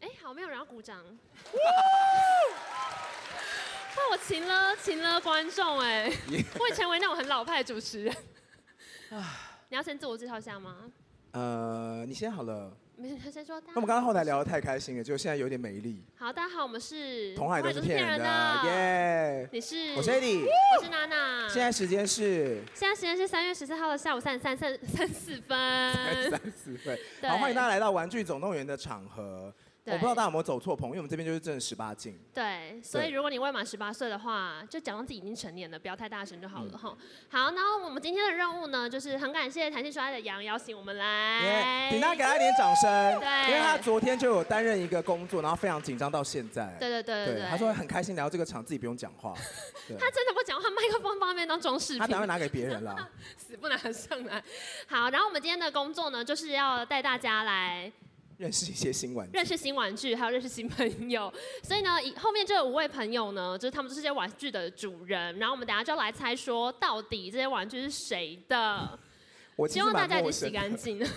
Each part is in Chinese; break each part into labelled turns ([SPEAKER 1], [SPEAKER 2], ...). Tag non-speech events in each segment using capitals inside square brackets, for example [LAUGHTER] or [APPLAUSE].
[SPEAKER 1] 哎鼓掌。那我请了请了观众哎，我以前为那种很老派的主持人。
[SPEAKER 2] [LAUGHS] 啊
[SPEAKER 1] 你要先自我介绍一下吗？
[SPEAKER 2] 呃，你先好了。
[SPEAKER 1] 没事，先说。那
[SPEAKER 2] 那我们刚刚后台聊得太开心了，就现在有点美丽。
[SPEAKER 1] 好，大家好，我们嗯是啊
[SPEAKER 2] 同海都是骗人的，耶！
[SPEAKER 1] 你是
[SPEAKER 2] 我是 Eddie，
[SPEAKER 1] 我是娜娜。
[SPEAKER 2] 现在时间是
[SPEAKER 1] 现在时间是三月十四号的下午三点三三三四分。
[SPEAKER 2] 三四分。
[SPEAKER 1] 嗯 [LAUGHS] 对
[SPEAKER 2] 好，欢迎大家来到《玩具总动员》的场合。我
[SPEAKER 1] 对
[SPEAKER 2] 不知道大家有没有走错棚，因为我们这边就是正十八禁。
[SPEAKER 1] 对，所以如果你未满十八岁的话，就假装自己已经成年了，不要太大声就好
[SPEAKER 2] 嗯
[SPEAKER 1] 了哈。好，然后我们今天的任务呢，就是很感谢弹性说爱的杨邀请我们来
[SPEAKER 2] 耶，，请大家给他一点掌声，
[SPEAKER 1] 哎对
[SPEAKER 2] 因为他昨天就有担任一个工作，然后非常紧张到现在。
[SPEAKER 1] 对对对对对，
[SPEAKER 2] 他说很开心来到这个场，自己不用讲话。对
[SPEAKER 1] 他真的不讲话，麦克风放那边当装饰
[SPEAKER 2] 他
[SPEAKER 1] 品
[SPEAKER 2] 打，算拿给别
[SPEAKER 1] [LAUGHS]
[SPEAKER 2] 人啦。
[SPEAKER 1] 死不拿上来。好，然后我们今天的工作呢，就是要带大家来
[SPEAKER 2] 认识一些新玩具
[SPEAKER 1] 认。识新玩具，还有认识新朋友。所以呢，以后面这五位朋友呢，就是他们就是这些玩具的主人。然后我们等一下就要来猜说，到底这些玩具是谁的？
[SPEAKER 2] 我其
[SPEAKER 1] 希
[SPEAKER 2] 实
[SPEAKER 1] 望大
[SPEAKER 2] 蛮
[SPEAKER 1] 家已
[SPEAKER 2] 陌
[SPEAKER 1] 经洗
[SPEAKER 2] 生
[SPEAKER 1] 干
[SPEAKER 2] 的。 [LAUGHS]
[SPEAKER 1] 净了。 [LAUGHS]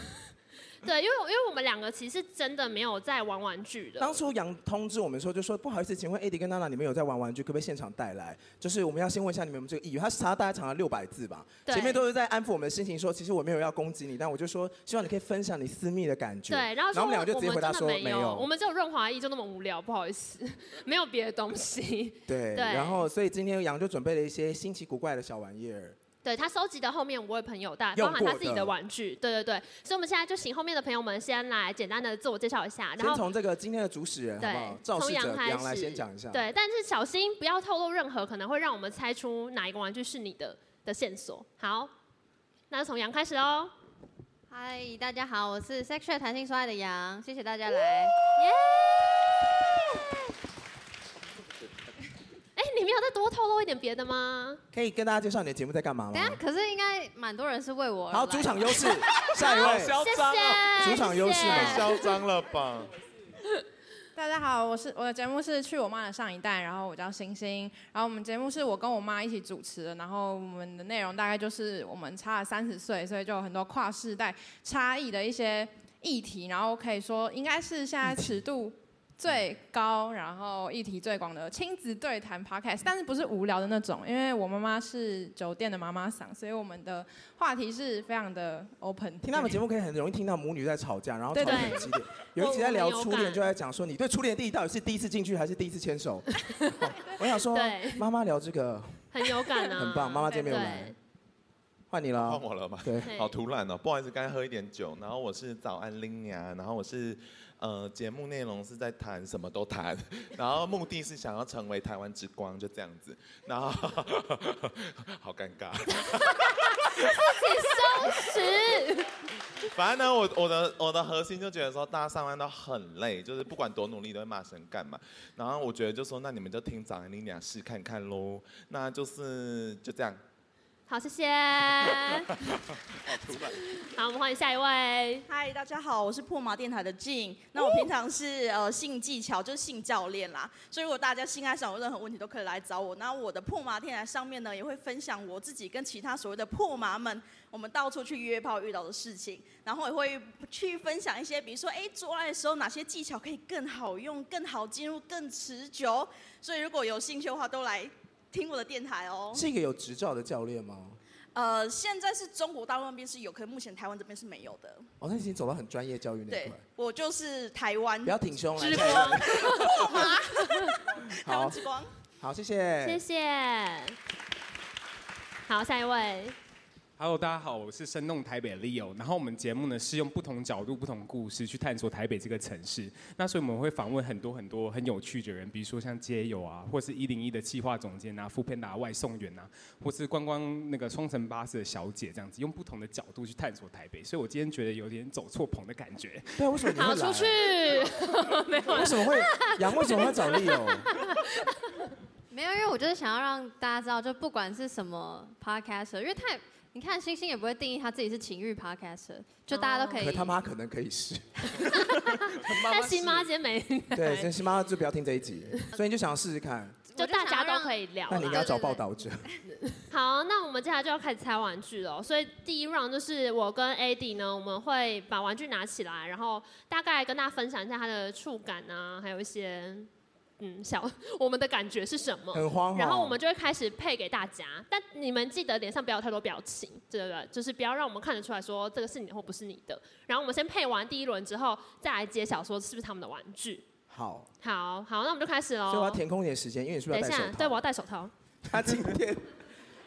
[SPEAKER 1] 对，因为因为我们两个其实真的没有在玩玩具的。
[SPEAKER 2] 当初杨通知我们说，就说不好意思，请问 AD 跟娜娜，你们有在玩玩具，可不可以现场带来？就是我们要先问一下你们有没有这个意愿。他查大概长了六百字吧，
[SPEAKER 1] 对
[SPEAKER 2] 前面都是在安抚我们的心情说，其实我没有要攻击你，但我就说希望你可以分享你私密的感觉。
[SPEAKER 1] 对，然后
[SPEAKER 2] 然后
[SPEAKER 1] 说
[SPEAKER 2] 我们两个就直接回答
[SPEAKER 1] 真的
[SPEAKER 2] 说
[SPEAKER 1] 没
[SPEAKER 2] 有，
[SPEAKER 1] 我们只有润滑液就那么无聊，不好意思， [LAUGHS] 没有别的东西。对
[SPEAKER 2] 对，然后所以今天杨就准备了一些新奇古怪的小玩意儿。
[SPEAKER 1] 对他收集的后面五位朋友，大
[SPEAKER 2] 用
[SPEAKER 1] 包含他
[SPEAKER 2] 过
[SPEAKER 1] 自己
[SPEAKER 2] 的
[SPEAKER 1] 的玩具，对对对，所以我们现在就请后面的朋友们先来简单的自我介绍一下，然
[SPEAKER 2] 先
[SPEAKER 1] 后
[SPEAKER 2] 从这个今天的主使人好不
[SPEAKER 1] 对
[SPEAKER 2] 好？，肇事
[SPEAKER 1] 从
[SPEAKER 2] 者
[SPEAKER 1] 杨开
[SPEAKER 2] 杨来
[SPEAKER 1] 始，
[SPEAKER 2] 先讲一下。，
[SPEAKER 1] 对，但是小心不要透露任何可能会让我们猜出哪一个玩具是你的的线索。好，那就从杨开始哦喽。
[SPEAKER 3] 嗨，大家好，我是 Sexual 弹性说爱的杨，谢谢大家来。
[SPEAKER 1] 哎，你没有再多透露一点别的吗？
[SPEAKER 2] 可以跟大家介绍你的节目在干嘛
[SPEAKER 3] 等一下，
[SPEAKER 2] 吗？
[SPEAKER 3] 可是应该蛮多人是为我而
[SPEAKER 2] 好，
[SPEAKER 3] 来
[SPEAKER 2] 主场优势，下一
[SPEAKER 4] 好
[SPEAKER 2] 位。
[SPEAKER 4] 嚣
[SPEAKER 1] 谢
[SPEAKER 4] 张哦，
[SPEAKER 1] 谢，
[SPEAKER 2] 主场优势嘛
[SPEAKER 1] 谢谢
[SPEAKER 4] 嚣张了吧？
[SPEAKER 5] 大家好，我是我的节目是《去我妈的上一代》，然后我叫星星，然后我们节目是我跟我妈一起主持的，然后我们的内容大概就是我们差了三十岁，所以就有很多跨世代差异的一些议题，然后可以说应该是现在尺度最高，然后议题最广的亲子对谈 podcast，但是不是无聊的那种，因为我妈妈是酒店的妈妈桑，所以我们的话题是非常的 open。
[SPEAKER 2] 听他们节
[SPEAKER 5] 目，
[SPEAKER 2] 目可以很容易听到母女在吵架，然后吵
[SPEAKER 5] 对
[SPEAKER 2] 得
[SPEAKER 5] 对
[SPEAKER 1] [LAUGHS]
[SPEAKER 2] 很激烈。有一集在聊初
[SPEAKER 1] 我我有
[SPEAKER 2] 恋，
[SPEAKER 1] 感
[SPEAKER 2] 就在讲说你对初恋的定义到底是第一次进去还是第一次
[SPEAKER 1] [LAUGHS]
[SPEAKER 2] 牵手？我想说
[SPEAKER 1] 对，
[SPEAKER 2] 妈妈聊这个
[SPEAKER 1] 很有感啊，
[SPEAKER 2] [LAUGHS] 很棒，妈妈今天没有
[SPEAKER 1] 对
[SPEAKER 2] 来，换你
[SPEAKER 4] 换
[SPEAKER 2] 了。
[SPEAKER 4] 我了吧？
[SPEAKER 2] 对，
[SPEAKER 1] 对
[SPEAKER 4] 好突然哦，不好意思，刚才喝一点酒。然后我是早安林雅，然后我是呃节目内容是在谈什么都谈， [LAUGHS] 然后目的是想要成为台湾之光，就这样子。然后 [LAUGHS] 好尴尬，
[SPEAKER 1] 请收拾。
[SPEAKER 4] 反正呢，我我的我的核心就觉得说，大家上班都很累，就是不管多努力都会骂声干嘛。然后我觉得就说，那你们就听早安林雅试看看喽。那就是就这样，
[SPEAKER 1] [LAUGHS] 好，谢
[SPEAKER 2] [LAUGHS]
[SPEAKER 1] 谢。
[SPEAKER 4] 好突然。
[SPEAKER 1] 好，我们欢迎下一位。
[SPEAKER 6] 嗨，大家好，我是破麻电台的静。那我平常是呃性技巧，就是性教练啦。所以如果大家性爱上有任何问题，都可以来找我。那我的破麻电台上面呢，也会分享我自己跟其他所谓的破麻们，我们到处去约炮遇到的事情，然后也会去分享一些，比如说哎做爱的时候哪些技巧可以更好用、更好进入、更持久。所以如果有兴趣的话，都来听我的电台哦。
[SPEAKER 2] 是一个有执照的教练吗？
[SPEAKER 6] 呃，现在是中国大陆那边是有，可是目前台湾这边是没有的。
[SPEAKER 2] 哦，那已经走到很专业教育那一
[SPEAKER 6] 对
[SPEAKER 2] 块。，
[SPEAKER 6] 我就是台湾
[SPEAKER 2] 不要挺胸来
[SPEAKER 1] 直播
[SPEAKER 2] 下一位
[SPEAKER 6] 台湾
[SPEAKER 2] 好
[SPEAKER 6] 之光。
[SPEAKER 2] 好，谢
[SPEAKER 1] 谢
[SPEAKER 2] 谢。
[SPEAKER 1] 谢。好，下一位。
[SPEAKER 7] Hello，大家好，我是生动台北 Leo。然后我们节目呢是用不同角度、不同故事去探索台北这个城市。那所以我们会访问很多很多很有趣的人，比如说像街友啊，或是一零一的企划总监啊、副片达外送员啊，或是观光那个双层巴士的小姐这样子，用不同的角度去探索台北。所以我今天觉得有点走错棚的感
[SPEAKER 1] [LAUGHS]
[SPEAKER 7] 觉。
[SPEAKER 2] 对啊，为什么你
[SPEAKER 1] 好，
[SPEAKER 2] 会
[SPEAKER 1] 出去
[SPEAKER 2] 来？。
[SPEAKER 1] 没有啊
[SPEAKER 2] 为。什么会杨？为什么会找哦
[SPEAKER 1] [LAUGHS]
[SPEAKER 2] 丽友？
[SPEAKER 3] 没有，因为我就是想要让大家知道，就不管是什么 podcaster，因为太你看星星也不会定义他自己是情欲 podcaster，就大家都哦可以。
[SPEAKER 2] 可他妈可能可以是。
[SPEAKER 1] 但新妈今天没。
[SPEAKER 2] 对，所以妈妈就不要听这一集。所以你就想要试试看。
[SPEAKER 1] 就
[SPEAKER 3] 我就
[SPEAKER 1] 大家
[SPEAKER 3] 想要
[SPEAKER 1] 都可以聊啦。
[SPEAKER 2] 那你应该
[SPEAKER 3] 要
[SPEAKER 2] 找
[SPEAKER 3] 对对对
[SPEAKER 2] 报道者。
[SPEAKER 1] 好，那我们接下来就要开始拆玩具了哦。所以第一 round 就是我跟 AD 呢，我们会把玩具拿起来，然后大概跟大家分享一下它的触感啊，还有一些嗯小我们的感觉是什么。
[SPEAKER 2] 很慌哦
[SPEAKER 1] 然后我们就会开始配给大家，但你们记得脸上不要有太多表情，对不对？就是不要让我们看得出来说这个是你的或不是你的。然后我们先配完第一轮之后，再来揭晓说是不是他们的玩具。
[SPEAKER 2] 好，
[SPEAKER 1] 好好，那我们就开始喽。
[SPEAKER 2] 所以我要填空一点时间，因为你是不
[SPEAKER 1] 哦等
[SPEAKER 2] 是
[SPEAKER 1] 一
[SPEAKER 2] 要
[SPEAKER 1] 下
[SPEAKER 2] 戴手套？，
[SPEAKER 1] 对，我要戴手套。
[SPEAKER 2] [LAUGHS] 他今天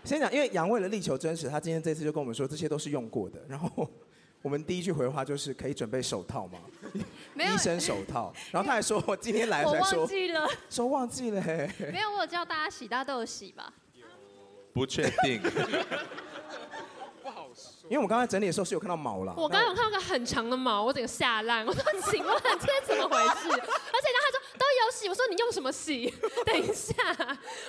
[SPEAKER 2] 先讲，因为杨为了力求真实，他今天这次就跟我们说这些都是用过的。然后我们第一句回话就是可以准备手套
[SPEAKER 1] [LAUGHS]
[SPEAKER 2] 吗？
[SPEAKER 3] 没有
[SPEAKER 2] 医生手套。然后他还说我今
[SPEAKER 1] [LAUGHS]
[SPEAKER 2] 天来的
[SPEAKER 3] 我
[SPEAKER 2] 时候还说
[SPEAKER 3] 忘记了，
[SPEAKER 2] 说忘记了、欸。
[SPEAKER 3] 没有，我有叫大家洗，大家都有洗吧？
[SPEAKER 4] 不确定， [LAUGHS]
[SPEAKER 2] 因为我们刚才整理的时候是有看到毛啦。
[SPEAKER 1] 我刚刚有看到个很长的毛，我整个吓烂。我说：“请问这是怎么回事？” [LAUGHS] 而且呢，他说都有洗。我说：“你用什么洗？” [LAUGHS] 等一下，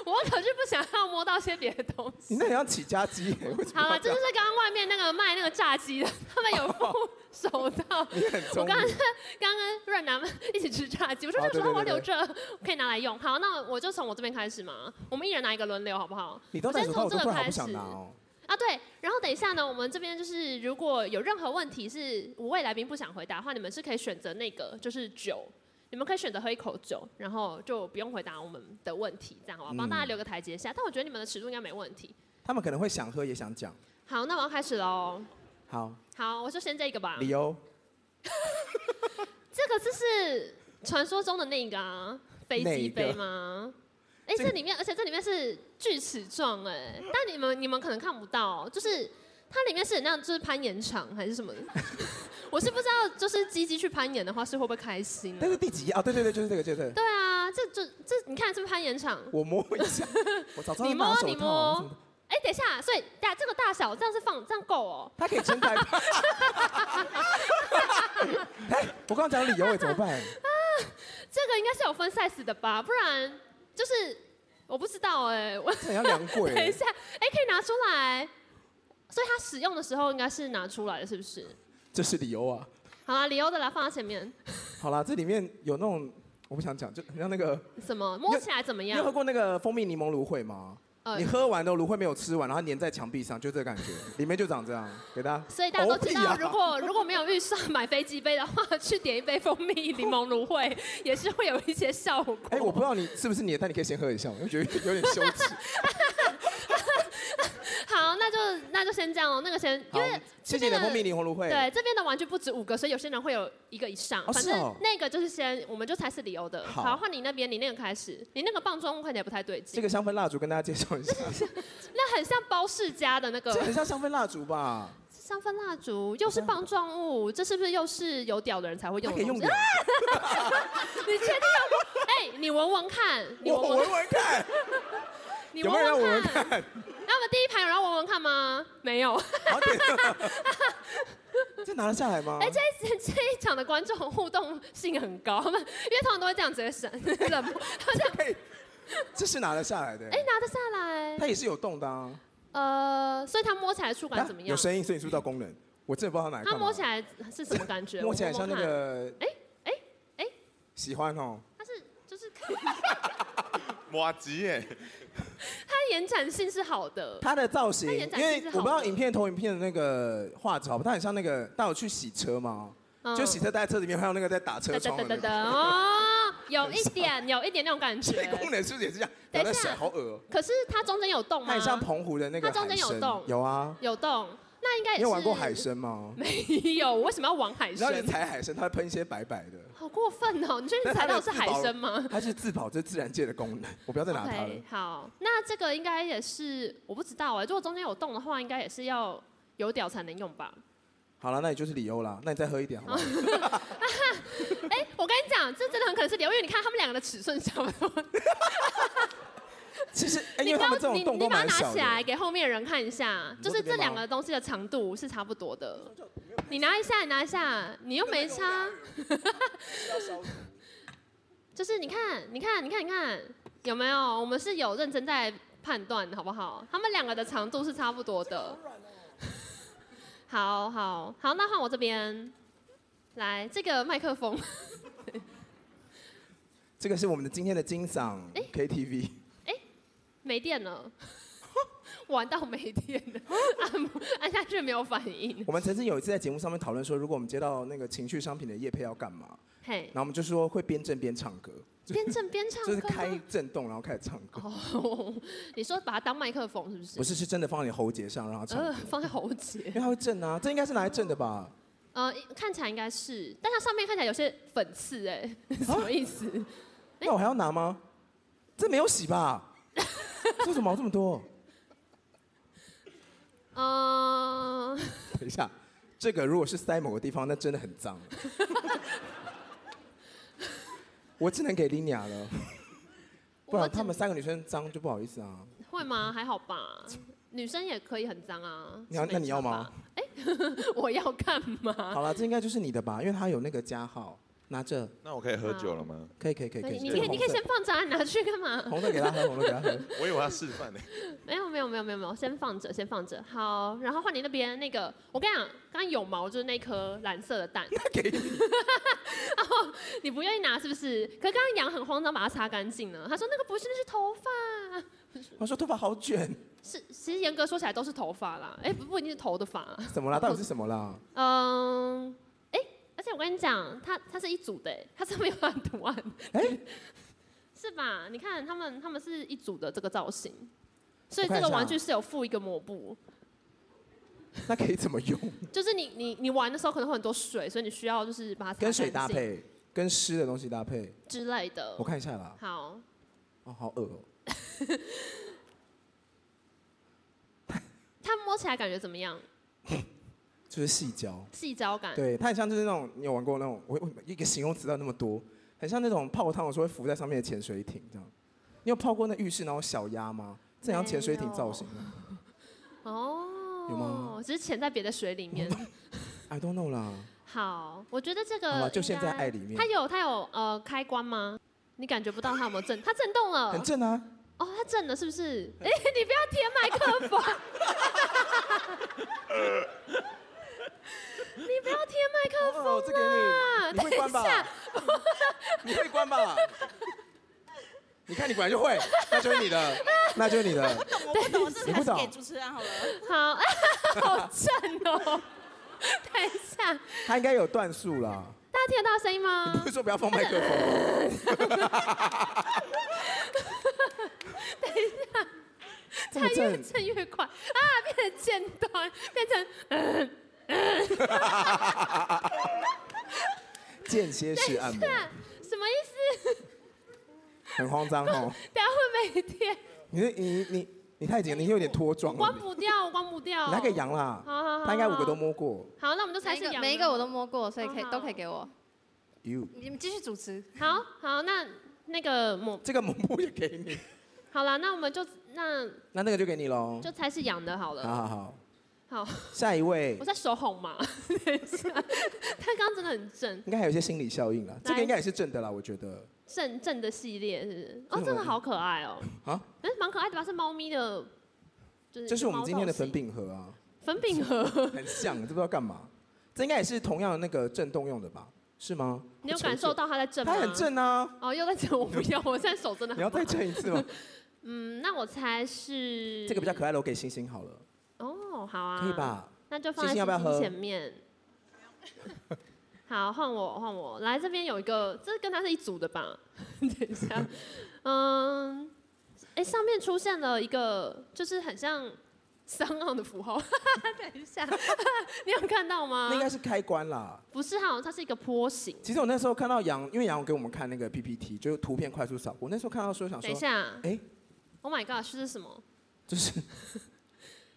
[SPEAKER 1] 我可是不想要摸到些别的东
[SPEAKER 2] [LAUGHS] 你
[SPEAKER 1] 西。
[SPEAKER 2] 那很像起
[SPEAKER 1] [LAUGHS]
[SPEAKER 2] 家鸡、欸，为什么
[SPEAKER 1] 好
[SPEAKER 2] 要
[SPEAKER 1] 了，
[SPEAKER 2] 这
[SPEAKER 1] 这
[SPEAKER 2] 样
[SPEAKER 1] 就？是刚刚外面那个卖那个炸鸡的，他们有附手套。
[SPEAKER 2] 哦你很
[SPEAKER 1] 我
[SPEAKER 2] 聪
[SPEAKER 1] 刚刚
[SPEAKER 2] 明
[SPEAKER 1] 是。刚跟润南一起吃炸鸡，我说
[SPEAKER 2] 哦
[SPEAKER 1] 这个手套我要
[SPEAKER 2] 对
[SPEAKER 1] 留
[SPEAKER 2] 对
[SPEAKER 1] 着，可以拿来用。好，那我就从我这边开始嘛，我们一人拿一个轮流，好不好？
[SPEAKER 2] 你都
[SPEAKER 1] 我
[SPEAKER 2] 戴
[SPEAKER 1] 先
[SPEAKER 2] 手
[SPEAKER 1] 从
[SPEAKER 2] 套，我
[SPEAKER 1] 这
[SPEAKER 2] 都突
[SPEAKER 1] 个
[SPEAKER 2] 然好
[SPEAKER 1] 开
[SPEAKER 2] 不
[SPEAKER 1] 始
[SPEAKER 2] 想拿哦。
[SPEAKER 1] 啊，对，然后等一下呢，我们这边就是如果有任何问题是五位来宾不想回答的话，你们是可以选择那个就是酒，你们可以选择喝一口酒，然后就不用回答我们的问题，这样好吧？帮大家留个台阶下。但我觉得你们的尺度应该没问题。
[SPEAKER 2] 他们可能会想喝也想讲。
[SPEAKER 1] 好，那我要开始喽。
[SPEAKER 2] 好，
[SPEAKER 1] 好，我就先这个吧。
[SPEAKER 2] 理由
[SPEAKER 1] 这个就是传说中的那个啊，飞
[SPEAKER 2] 哪
[SPEAKER 1] 机
[SPEAKER 2] 一个
[SPEAKER 1] 杯吗？哎、
[SPEAKER 2] 这
[SPEAKER 1] 这里面，而且这里面是锯齿状哎、但你们你们可能看不到，哦就是它里面是很那样，就是攀岩场还是什么的？ [LAUGHS] 我是不知道，就是鸡鸡去攀岩的话是会不会开心、
[SPEAKER 2] 但
[SPEAKER 1] 啊
[SPEAKER 2] 是？第几页啊？对对对，就是这个，就是这个。
[SPEAKER 1] 对啊，这这这，你看是不是攀岩场？
[SPEAKER 2] 我摸一下，我早知道
[SPEAKER 1] [LAUGHS] 你
[SPEAKER 2] 要拿
[SPEAKER 1] 摸
[SPEAKER 2] 手
[SPEAKER 1] 你
[SPEAKER 2] 套
[SPEAKER 1] 摸
[SPEAKER 2] 我怎么
[SPEAKER 1] 哎、等一下，所以大这个大小这样是放这样够哦、
[SPEAKER 2] 他可以撑台吧？哎，我刚刚讲理由，哎，怎么办？
[SPEAKER 1] 这个应该是有分 size 的吧？不然就是我不知道哎、我
[SPEAKER 2] 这很像梁
[SPEAKER 1] [LAUGHS]
[SPEAKER 2] 贵。
[SPEAKER 1] 等一下，哎、可以拿出来。所以他使用的时候应该是拿出来的，是不是？
[SPEAKER 2] 这是理由啊。
[SPEAKER 1] 好啦，理由的来放在前面。
[SPEAKER 2] 好啦，这里面有那种我不想讲，就很像那个，
[SPEAKER 1] 什么？摸起来怎么
[SPEAKER 2] 你有喝
[SPEAKER 1] 样？
[SPEAKER 2] 过那个蜂蜜柠檬芦荟吗？
[SPEAKER 1] 呃
[SPEAKER 2] 你，喝完的芦荟没有吃完，然后粘在墙壁上，就这个感觉，里面就长这样，给大家。
[SPEAKER 1] 所以大家都知
[SPEAKER 2] 哦屁
[SPEAKER 1] 道，
[SPEAKER 2] 啊
[SPEAKER 1] 如果如果没有预算买飞机杯的话，去点一杯蜂蜜柠檬芦荟也是会有一些效果。
[SPEAKER 2] 哎、我不知道你是不是你的，但你可以先喝一下，我觉得有点羞耻。
[SPEAKER 1] 好，那就那就先这样哦。那个先，[LAUGHS]
[SPEAKER 2] 好
[SPEAKER 1] 因为，
[SPEAKER 2] 谢谢
[SPEAKER 1] 这
[SPEAKER 2] 你的
[SPEAKER 1] 边的
[SPEAKER 2] 蜂蜜柠檬芦荟。
[SPEAKER 1] 对这边的玩具不止五个，所以有些人会有一个以上。
[SPEAKER 2] 哦
[SPEAKER 1] 反
[SPEAKER 2] 是
[SPEAKER 1] 正
[SPEAKER 2] 哦
[SPEAKER 1] 那个就是先，我们就猜是理由的。
[SPEAKER 2] 好
[SPEAKER 1] 好，换你那边，你那个开始，你那个棒状物看起来不太对
[SPEAKER 2] 这
[SPEAKER 1] 劲，
[SPEAKER 2] 个香氛蜡烛跟大家介绍
[SPEAKER 1] [LAUGHS]
[SPEAKER 2] 一下，
[SPEAKER 1] 那很像包世家的那个
[SPEAKER 2] 这。很像香氛蜡烛吧？
[SPEAKER 1] 香氛蜡烛
[SPEAKER 2] 哦
[SPEAKER 1] 又是棒状物，这是不是又是有屌的人才会
[SPEAKER 2] 它
[SPEAKER 1] 用
[SPEAKER 2] 可
[SPEAKER 1] 的
[SPEAKER 2] 以
[SPEAKER 1] 东
[SPEAKER 2] 用
[SPEAKER 1] 西？
[SPEAKER 2] 的。
[SPEAKER 1] [LAUGHS] 你确定要？哎、
[SPEAKER 2] [LAUGHS]
[SPEAKER 1] 你闻闻看，啊你
[SPEAKER 2] 我
[SPEAKER 1] 闻
[SPEAKER 2] 我
[SPEAKER 1] 闻，
[SPEAKER 2] 闻闻看，
[SPEAKER 1] 你
[SPEAKER 2] 有
[SPEAKER 1] 闻
[SPEAKER 2] 没有人要闻闻
[SPEAKER 1] 看。
[SPEAKER 2] 看？
[SPEAKER 1] [LAUGHS] 那我们第一排有人要闻闻看吗？哎没 [LAUGHS] 有。
[SPEAKER 2] [LAUGHS] 好点，这拿得下来吗？
[SPEAKER 1] 哎、这一这一场的观众互动性很高， [LAUGHS] 他们因为通常都会这样直接闪 [LAUGHS] 冷漠，好像
[SPEAKER 2] 可以，这是拿得下来的。
[SPEAKER 1] 哎、拿得下来，
[SPEAKER 2] 它也是有动的啊。
[SPEAKER 1] 呃，所以它摸起来的触感怎么
[SPEAKER 2] 啊有
[SPEAKER 1] 样？
[SPEAKER 2] 声音，所以你是不是知道功能？我真的不知道它哪
[SPEAKER 1] 它
[SPEAKER 2] 个。
[SPEAKER 1] 摸起来是什么感觉？
[SPEAKER 2] [LAUGHS] 摸起来
[SPEAKER 1] 我
[SPEAKER 2] 像那
[SPEAKER 1] 看，
[SPEAKER 2] 个，
[SPEAKER 1] 哎哎哎，
[SPEAKER 2] 喜欢哦。
[SPEAKER 1] 它是就是
[SPEAKER 4] 哇吉耶，
[SPEAKER 1] 它延展性是好的，
[SPEAKER 2] 它的造型，
[SPEAKER 1] 它
[SPEAKER 2] 因
[SPEAKER 1] 延展性
[SPEAKER 2] 为
[SPEAKER 1] 是好的
[SPEAKER 2] 我不知道影片投影片的那个画质好不好，它很像那个，大家有去洗车吗？
[SPEAKER 1] 嗯
[SPEAKER 2] [LAUGHS] 就洗车待在车里面，还有那
[SPEAKER 1] [LAUGHS]
[SPEAKER 2] 个在打车
[SPEAKER 1] 噔
[SPEAKER 2] 窗的
[SPEAKER 1] 噔
[SPEAKER 2] 那
[SPEAKER 1] 噔噔噔
[SPEAKER 2] 个。 [LAUGHS]
[SPEAKER 1] 哦，有一点有一点那种感
[SPEAKER 2] 这
[SPEAKER 1] 觉。
[SPEAKER 2] 功能是不是也是这样？
[SPEAKER 1] 等一
[SPEAKER 2] 然
[SPEAKER 1] 下
[SPEAKER 2] 后在甩，好恶哦。
[SPEAKER 1] 可是它中间有动
[SPEAKER 2] 它
[SPEAKER 1] 吗
[SPEAKER 2] 很？像澎湖的那个
[SPEAKER 1] 它中间
[SPEAKER 2] 海
[SPEAKER 1] 有
[SPEAKER 2] 参
[SPEAKER 1] 洞
[SPEAKER 2] 有啊。
[SPEAKER 1] 有动，那应该也是。
[SPEAKER 2] 你有玩过海？参吗？
[SPEAKER 1] 没有，我为什么要玩海
[SPEAKER 2] 你知道你
[SPEAKER 1] 参？
[SPEAKER 2] 踩海参，它会喷一些白白的。
[SPEAKER 1] 好过分哦！你确定
[SPEAKER 2] 但
[SPEAKER 1] 踩
[SPEAKER 2] 它
[SPEAKER 1] 到
[SPEAKER 2] 的
[SPEAKER 1] 的是海参吗 [LAUGHS]
[SPEAKER 2] 自保它是自保，这是自然界的功能， [LAUGHS] 我不要再拿它了
[SPEAKER 1] ？OK，。好，那这个应该也是我不知道哎、如果中间有洞的话，应该也是要有屌才能用吧？
[SPEAKER 2] 好了，那你就是理由啦，那你再喝一点好不好？
[SPEAKER 1] 哦哎、我跟你讲，这真的很可能是理由，因为你看他们两个的尺寸差不多。
[SPEAKER 2] 其
[SPEAKER 1] [LAUGHS]
[SPEAKER 2] 实，哎，因
[SPEAKER 1] 你
[SPEAKER 2] 为他
[SPEAKER 1] 刚
[SPEAKER 2] 们这种
[SPEAKER 1] 你
[SPEAKER 2] 洞
[SPEAKER 1] 你
[SPEAKER 2] 都
[SPEAKER 1] 把它
[SPEAKER 2] 蛮
[SPEAKER 1] 拿
[SPEAKER 2] 小
[SPEAKER 1] 起
[SPEAKER 2] 的。
[SPEAKER 1] 来给后面人看一下，
[SPEAKER 2] 你
[SPEAKER 1] 就
[SPEAKER 2] 说
[SPEAKER 1] 是
[SPEAKER 2] 这边
[SPEAKER 1] 这两
[SPEAKER 2] 吗
[SPEAKER 1] 个东西的长度是差不多的。你拿一下，你拿一下，你又没差。 [LAUGHS] 就是你看，你看，你看，你看，有没有？我们是有认真在判断，好不好？他们两个的长度是差不多的。好好好，那换我这边来这个麦克风。
[SPEAKER 2] 这个是我们的今天的金嗓
[SPEAKER 1] 哎
[SPEAKER 2] KTV，
[SPEAKER 1] 没电了， [LAUGHS] 玩到没电
[SPEAKER 2] [LAUGHS]
[SPEAKER 1] 了，按按下去没有反应。
[SPEAKER 2] 我们曾经有一次在节目上面讨论说，如果我们接到那个情趣商品的业配要干嘛，
[SPEAKER 1] 嘿
[SPEAKER 2] 然，后我们就说会边震边唱歌，
[SPEAKER 1] [LAUGHS] 边震边唱
[SPEAKER 2] 就是
[SPEAKER 1] 歌
[SPEAKER 2] 开
[SPEAKER 1] 吗
[SPEAKER 2] 震动然后开始唱歌，
[SPEAKER 1] 哦， [LAUGHS] 你说把它当麦克风是不是？
[SPEAKER 2] 不是是真的放在你喉结上让它唱，
[SPEAKER 1] 呃
[SPEAKER 2] 因，
[SPEAKER 1] 放在喉结
[SPEAKER 2] 为。它会震啊，这应该是拿来震的吧？
[SPEAKER 1] 呃，看起来应该是，但它上面看起来有些粉刺、哎，[LAUGHS]
[SPEAKER 2] 啊
[SPEAKER 1] 什么意思？哎
[SPEAKER 2] 那我还要拿吗？这没有
[SPEAKER 1] [LAUGHS]
[SPEAKER 2] 洗吧？这怎么毛这么多？
[SPEAKER 1] 嗯、
[SPEAKER 2] 等一下，这个如果是塞某个地方，那真的
[SPEAKER 1] [LAUGHS]
[SPEAKER 2] 很脏。我只能给 Lina 了，不
[SPEAKER 1] 我
[SPEAKER 2] 然
[SPEAKER 1] 只
[SPEAKER 2] 她们三个女生脏就不好意思啊。
[SPEAKER 1] 会吗？还好吧，女生也可以很脏啊。
[SPEAKER 2] 你要
[SPEAKER 1] 是没
[SPEAKER 2] 那你
[SPEAKER 1] 差
[SPEAKER 2] 要吗
[SPEAKER 1] 吧？哎、 [LAUGHS] 我要干嘛？
[SPEAKER 2] 好了，这应该就是你的吧，因为它有那个加号，拿着
[SPEAKER 4] 那我可以喝酒了吗？
[SPEAKER 2] 可以可以可以可
[SPEAKER 1] 可以
[SPEAKER 2] 以。
[SPEAKER 1] 你
[SPEAKER 2] 这
[SPEAKER 1] 可
[SPEAKER 2] 个
[SPEAKER 1] 以，你可以
[SPEAKER 2] 红色
[SPEAKER 1] 先放着，啊，你拿去干嘛？ [LAUGHS]
[SPEAKER 2] 红的给她喝，红的给她喝。
[SPEAKER 4] 啊我以为要示范呢。
[SPEAKER 1] 没有没有没有没有没有，先放着先放着。好，然后换你那边那个，我跟你讲，刚刚有毛就是那颗蓝色的蛋，
[SPEAKER 2] 那给 [LAUGHS] 你
[SPEAKER 1] 你不愿意拿是不是？可是刚刚羊很慌张把它擦干净了，他说那个不是，那是头发。
[SPEAKER 2] 我说头发好卷，
[SPEAKER 1] 是，其实严格说起来都是头发啦，哎、不不一定是头的发。
[SPEAKER 2] 怎
[SPEAKER 1] [LAUGHS]
[SPEAKER 2] 么啦？到底是什么啦？
[SPEAKER 1] 嗯，哎、而且我跟你讲，它它是一组的，哎它上面有很多图案，
[SPEAKER 2] 哎
[SPEAKER 1] 是吧？你看他们他们是一组的这个造型，所以
[SPEAKER 2] 我
[SPEAKER 1] 这
[SPEAKER 2] 看一
[SPEAKER 1] 个
[SPEAKER 2] 下啊
[SPEAKER 1] 玩具是有附一个抹布，
[SPEAKER 2] 那可以怎
[SPEAKER 1] [LAUGHS]
[SPEAKER 2] 么用？
[SPEAKER 1] 就是你你你玩的时候可能会很多水，所以你需要就是把它擦
[SPEAKER 2] 跟水
[SPEAKER 1] 干
[SPEAKER 2] 搭
[SPEAKER 1] 净
[SPEAKER 2] 配，跟湿的东西搭配。
[SPEAKER 1] 之类的
[SPEAKER 2] 我。看一下啦。
[SPEAKER 1] 好，
[SPEAKER 2] 哦，好恶哦。
[SPEAKER 1] 它摸起来感觉怎么样？
[SPEAKER 2] 就是细胶。
[SPEAKER 1] 细胶感，
[SPEAKER 2] 对，它很像就是那种你有玩过那种，我我一个形容词到那么多，很像那种泡汤的时候会浮在上面的潜水艇这样。你有泡过那浴室然后小鸭吗？这很像潜水艇造型啊。
[SPEAKER 1] 哦，
[SPEAKER 2] 有吗？
[SPEAKER 1] 只是潜在别的水里面。
[SPEAKER 2] I don't know 啦，
[SPEAKER 1] 好，我觉得这
[SPEAKER 2] 好
[SPEAKER 1] 个
[SPEAKER 2] 吧，就
[SPEAKER 1] 应
[SPEAKER 2] 现在
[SPEAKER 1] 该
[SPEAKER 2] 爱里面
[SPEAKER 1] 它，有它有呃开关吗？你感觉不到它有没有震？它震动了，
[SPEAKER 2] 很正啊。
[SPEAKER 1] 哦，它震了是不是？哎、你不要贴麦克风，
[SPEAKER 2] [LAUGHS]
[SPEAKER 1] 你不要贴麦克风
[SPEAKER 2] 哦，这给你，你会关吧
[SPEAKER 1] 啊等一下？
[SPEAKER 2] [LAUGHS] 你会关吧？你看你果然就会，那就是你的，那就是你的。
[SPEAKER 6] 懂我不懂，这
[SPEAKER 2] 你
[SPEAKER 6] 还
[SPEAKER 2] 不
[SPEAKER 6] 是
[SPEAKER 2] 懂
[SPEAKER 6] 给主持人好了。
[SPEAKER 1] 好， [LAUGHS] 啊、好震哦。等一下，
[SPEAKER 2] 他应该有段数啦。
[SPEAKER 1] 大家听得到声音
[SPEAKER 2] 你
[SPEAKER 1] 吗
[SPEAKER 2] 不？是说不要放麦克风？
[SPEAKER 1] [LAUGHS] 它
[SPEAKER 2] 等一下，这么
[SPEAKER 1] 越
[SPEAKER 2] 正，
[SPEAKER 1] 震越快啊，变成尖端，变成呃
[SPEAKER 2] 间歇式按摩，
[SPEAKER 1] 什么意思？ [LAUGHS]
[SPEAKER 2] 很慌张哦。
[SPEAKER 1] 等一下会没电，
[SPEAKER 2] 你是你你你太紧，你有点脱妆了
[SPEAKER 1] 关。
[SPEAKER 2] 你
[SPEAKER 1] 不掉，关不掉。
[SPEAKER 2] 你拿给羊啦
[SPEAKER 1] 好好好，
[SPEAKER 2] 他应该五
[SPEAKER 1] 好
[SPEAKER 2] 个都摸过。
[SPEAKER 1] 好，那我们就猜
[SPEAKER 3] 每一
[SPEAKER 1] 是
[SPEAKER 3] 个
[SPEAKER 1] 羊。
[SPEAKER 3] 每一个我都摸过，所以可以
[SPEAKER 1] 好好
[SPEAKER 3] 都可以给我。
[SPEAKER 2] You
[SPEAKER 3] 你们继续主持。
[SPEAKER 1] 好好，那那个抹
[SPEAKER 2] 这个抹布也给
[SPEAKER 1] [LAUGHS]
[SPEAKER 2] 你，
[SPEAKER 1] 好了，那我们就那
[SPEAKER 2] 那那个就给你喽。
[SPEAKER 1] 就猜是羊的好
[SPEAKER 2] 好
[SPEAKER 1] 了。
[SPEAKER 2] 好好，
[SPEAKER 1] 好，
[SPEAKER 2] 下一位
[SPEAKER 1] 我在手哄嘛。等一下，他刚刚真的很正
[SPEAKER 2] 应该还有一些心理效应啦。这个
[SPEAKER 1] 来
[SPEAKER 2] 应该也是正的啦，我觉得。
[SPEAKER 1] 正正的系列，是不是？
[SPEAKER 2] 这
[SPEAKER 1] 哦，
[SPEAKER 2] 是
[SPEAKER 1] 这
[SPEAKER 2] 我
[SPEAKER 1] 个
[SPEAKER 2] 的
[SPEAKER 1] 好可爱哦。
[SPEAKER 2] 啊，
[SPEAKER 1] 嗯，蛮可爱的吧？是猫咪的，就是
[SPEAKER 2] 这是我们今天的
[SPEAKER 1] 一个
[SPEAKER 2] 粉
[SPEAKER 1] 猫造型
[SPEAKER 2] 饼盒啊，
[SPEAKER 1] 粉饼盒。
[SPEAKER 2] 很像，这不知道干嘛。这应该也是同样的那个震动用的吧？是吗？
[SPEAKER 1] 你有感受到它在震吗？
[SPEAKER 2] 它很。
[SPEAKER 1] [LAUGHS]
[SPEAKER 2] 正啊！
[SPEAKER 1] 哦，又在震，我不要，我现在手真的
[SPEAKER 2] 你
[SPEAKER 1] 很。
[SPEAKER 2] 要再震一
[SPEAKER 1] [LAUGHS]
[SPEAKER 2] 次吗？
[SPEAKER 1] 嗯，那我猜是
[SPEAKER 2] 这个比较可爱的，我给星星好了，
[SPEAKER 1] 哦，好啊，
[SPEAKER 2] 可以？吧？
[SPEAKER 1] 那就放在
[SPEAKER 2] 星星要不要
[SPEAKER 1] 星星
[SPEAKER 2] 喝
[SPEAKER 1] 前面。 [LAUGHS] 好，换我，换我。来这边有一个，这跟它是一组的吧？ [LAUGHS] 等一下，嗯，哎、上面出现了一个，就是很像三奥的符号。 [LAUGHS] 等一下， [LAUGHS] 你有看到吗
[SPEAKER 2] 那？应该是开关啦。
[SPEAKER 1] 不是哈，它是一个坡形。
[SPEAKER 2] 其实我那时候看到杨，因为杨给我们看那个 PPT，就是图片快速扫。我那时候看到说想
[SPEAKER 1] 等一
[SPEAKER 2] 说，
[SPEAKER 1] 下，
[SPEAKER 2] 诶
[SPEAKER 1] o h my God，这是什么？
[SPEAKER 2] 就是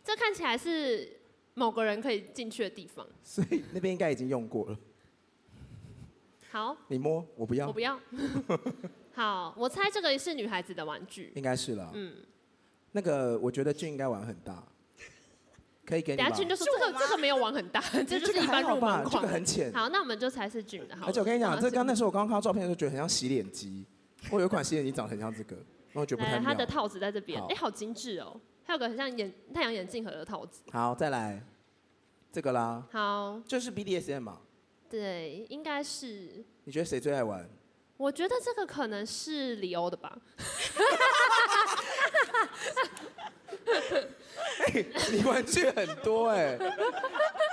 [SPEAKER 1] 这看起来是某个人可以进去的地方。
[SPEAKER 2] 所以 [LAUGHS] 那边应该已经用过了。
[SPEAKER 1] 好，
[SPEAKER 2] 你摸，我不要，
[SPEAKER 1] 我不要。 [LAUGHS] 好，我猜这个是女孩子的玩具。
[SPEAKER 2] 应该是了。
[SPEAKER 1] 嗯，
[SPEAKER 2] 那个我觉得俊应该玩很大，可以给你
[SPEAKER 1] 等下
[SPEAKER 2] 吧。
[SPEAKER 1] 俊就说这
[SPEAKER 6] 是我
[SPEAKER 1] 个
[SPEAKER 6] 吗
[SPEAKER 1] 这个没有玩
[SPEAKER 2] [LAUGHS]
[SPEAKER 1] 很大，这就是
[SPEAKER 2] 个
[SPEAKER 1] 一般
[SPEAKER 2] 还好
[SPEAKER 1] 入
[SPEAKER 2] 吧
[SPEAKER 1] 门，
[SPEAKER 2] 这
[SPEAKER 1] 款。
[SPEAKER 2] 个很浅。
[SPEAKER 1] 好，那我们就猜是俊的好了。
[SPEAKER 2] 而且我跟你讲，
[SPEAKER 1] 好
[SPEAKER 2] 这刚那时候我刚刚看到照片的时候，觉得很像洗脸机。我有一款洗脸机长得很像这个，然后我觉得不
[SPEAKER 1] 来
[SPEAKER 2] 太
[SPEAKER 1] 它哎的
[SPEAKER 2] 妙。
[SPEAKER 1] 套子在这边，
[SPEAKER 2] 好
[SPEAKER 1] 哎，好精致哦，还有个很像眼太阳眼镜盒的套子。
[SPEAKER 2] 好，再来这个啦，
[SPEAKER 1] 好，
[SPEAKER 2] 就是 BDSM 嘛。
[SPEAKER 1] 对，应该是。
[SPEAKER 2] 你觉得谁最爱玩？
[SPEAKER 1] 我觉得这个可能是里欧的吧，
[SPEAKER 2] [LAUGHS] 你玩具很多哎、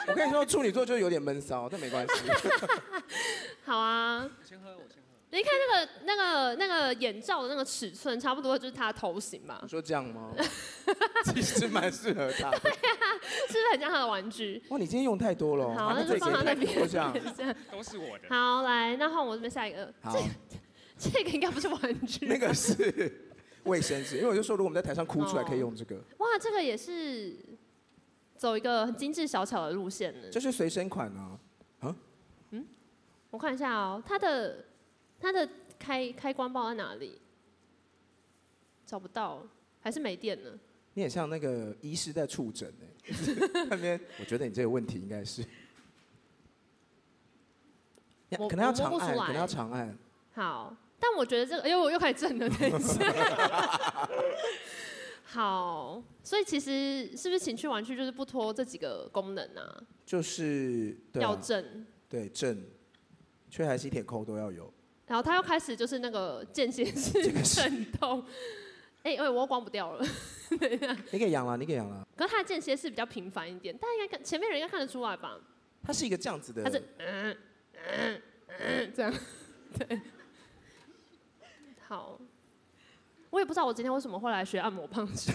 [SPEAKER 2] 我跟你说，处女座就有点闷骚，但没关系。
[SPEAKER 1] 好啊。
[SPEAKER 7] 先喝，我先喝。
[SPEAKER 1] 你看那个、那个、那个眼罩的那个尺寸，差不多就是他的头型吧
[SPEAKER 2] 你，说这样吗？其实蛮适合他的。
[SPEAKER 1] 是不是很像他的玩具？
[SPEAKER 2] 哇，你今天用太多了哦。
[SPEAKER 1] 好，那
[SPEAKER 2] 这
[SPEAKER 1] 就
[SPEAKER 2] 里
[SPEAKER 1] 放他那
[SPEAKER 2] 可以太
[SPEAKER 1] 边。
[SPEAKER 2] 多这样。
[SPEAKER 7] 都是我的。
[SPEAKER 1] 好，来，那换我这边下一个。
[SPEAKER 2] 好，
[SPEAKER 1] 这个应该不是玩具。
[SPEAKER 2] 那个是卫生纸，因为我就说，如果我们在台上哭出来，
[SPEAKER 1] 哦
[SPEAKER 2] 可以用这个，
[SPEAKER 1] 哇，这个也是走一个很精致小巧的路线呢。
[SPEAKER 2] 就是随身款啊。
[SPEAKER 1] 我看一下哦，它的它的开开关报在哪里？找不到，还是没电呢？
[SPEAKER 2] 你很像那个医师在触诊哎，那边我觉得你这个问题应该是，呀
[SPEAKER 1] 我
[SPEAKER 2] 可能要
[SPEAKER 1] 我摸
[SPEAKER 2] 长
[SPEAKER 1] 不出
[SPEAKER 2] 按，可能
[SPEAKER 1] 来
[SPEAKER 2] 要长按。
[SPEAKER 1] 好，但我觉得这个，哎呦，我又开始震了，等一下。好，所以其实是不是情趣玩具就是不脱这几个功能啊？
[SPEAKER 2] 就是对、
[SPEAKER 1] 要
[SPEAKER 2] 啊、
[SPEAKER 1] 正，
[SPEAKER 2] 对正，缺还吸铁扣都要有。
[SPEAKER 1] 然后它又开始就是那个间歇式震动。哎、哎、我又关不掉了。
[SPEAKER 2] 你给养了，你给养了。
[SPEAKER 1] 可是它的间歇是比较频繁一点，大家应该看前面人应该看得出来吧？
[SPEAKER 2] 它是一个这样子的
[SPEAKER 1] 它，是嗯嗯嗯这样， [LAUGHS] 对，好。我也不知道我今天为什么会来学按摩棒式，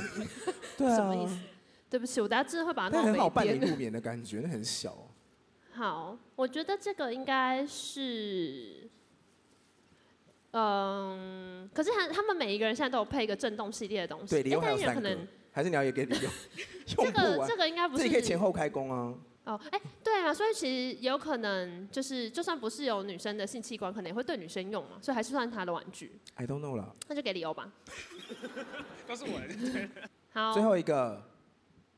[SPEAKER 2] 对啊，
[SPEAKER 1] 什么意思？ [LAUGHS] 对不起，我等下真的会把它
[SPEAKER 2] 但很好
[SPEAKER 1] 弄
[SPEAKER 2] 伴
[SPEAKER 1] 没
[SPEAKER 2] 你
[SPEAKER 1] 电。
[SPEAKER 2] 入眠的感觉，那很小、
[SPEAKER 1] [LAUGHS] 好，我觉得这个应该是，嗯，可是他他们每一个人现在都有配一个震动系列的东西，
[SPEAKER 2] 对，理由
[SPEAKER 1] 诶
[SPEAKER 2] 还有
[SPEAKER 1] 但是
[SPEAKER 2] 三
[SPEAKER 1] 可
[SPEAKER 2] 个
[SPEAKER 1] 能，
[SPEAKER 2] 还是你要也给理
[SPEAKER 1] [LAUGHS]
[SPEAKER 2] 由，
[SPEAKER 1] 这
[SPEAKER 2] 用不
[SPEAKER 1] 个
[SPEAKER 2] 完
[SPEAKER 1] 这。个应该不是
[SPEAKER 2] 这啊里可以前后开工啊，
[SPEAKER 1] 哦，哎、对啊，所以其实有可能就是，就算不是有女生的性器官，可能也会对女生用嘛，所以还是算她的玩具，
[SPEAKER 2] I don't know 了。
[SPEAKER 1] 那就给理由
[SPEAKER 2] [LAUGHS]
[SPEAKER 1] 吧。
[SPEAKER 7] 都是我的。
[SPEAKER 1] [LAUGHS] 好，
[SPEAKER 2] 最后一个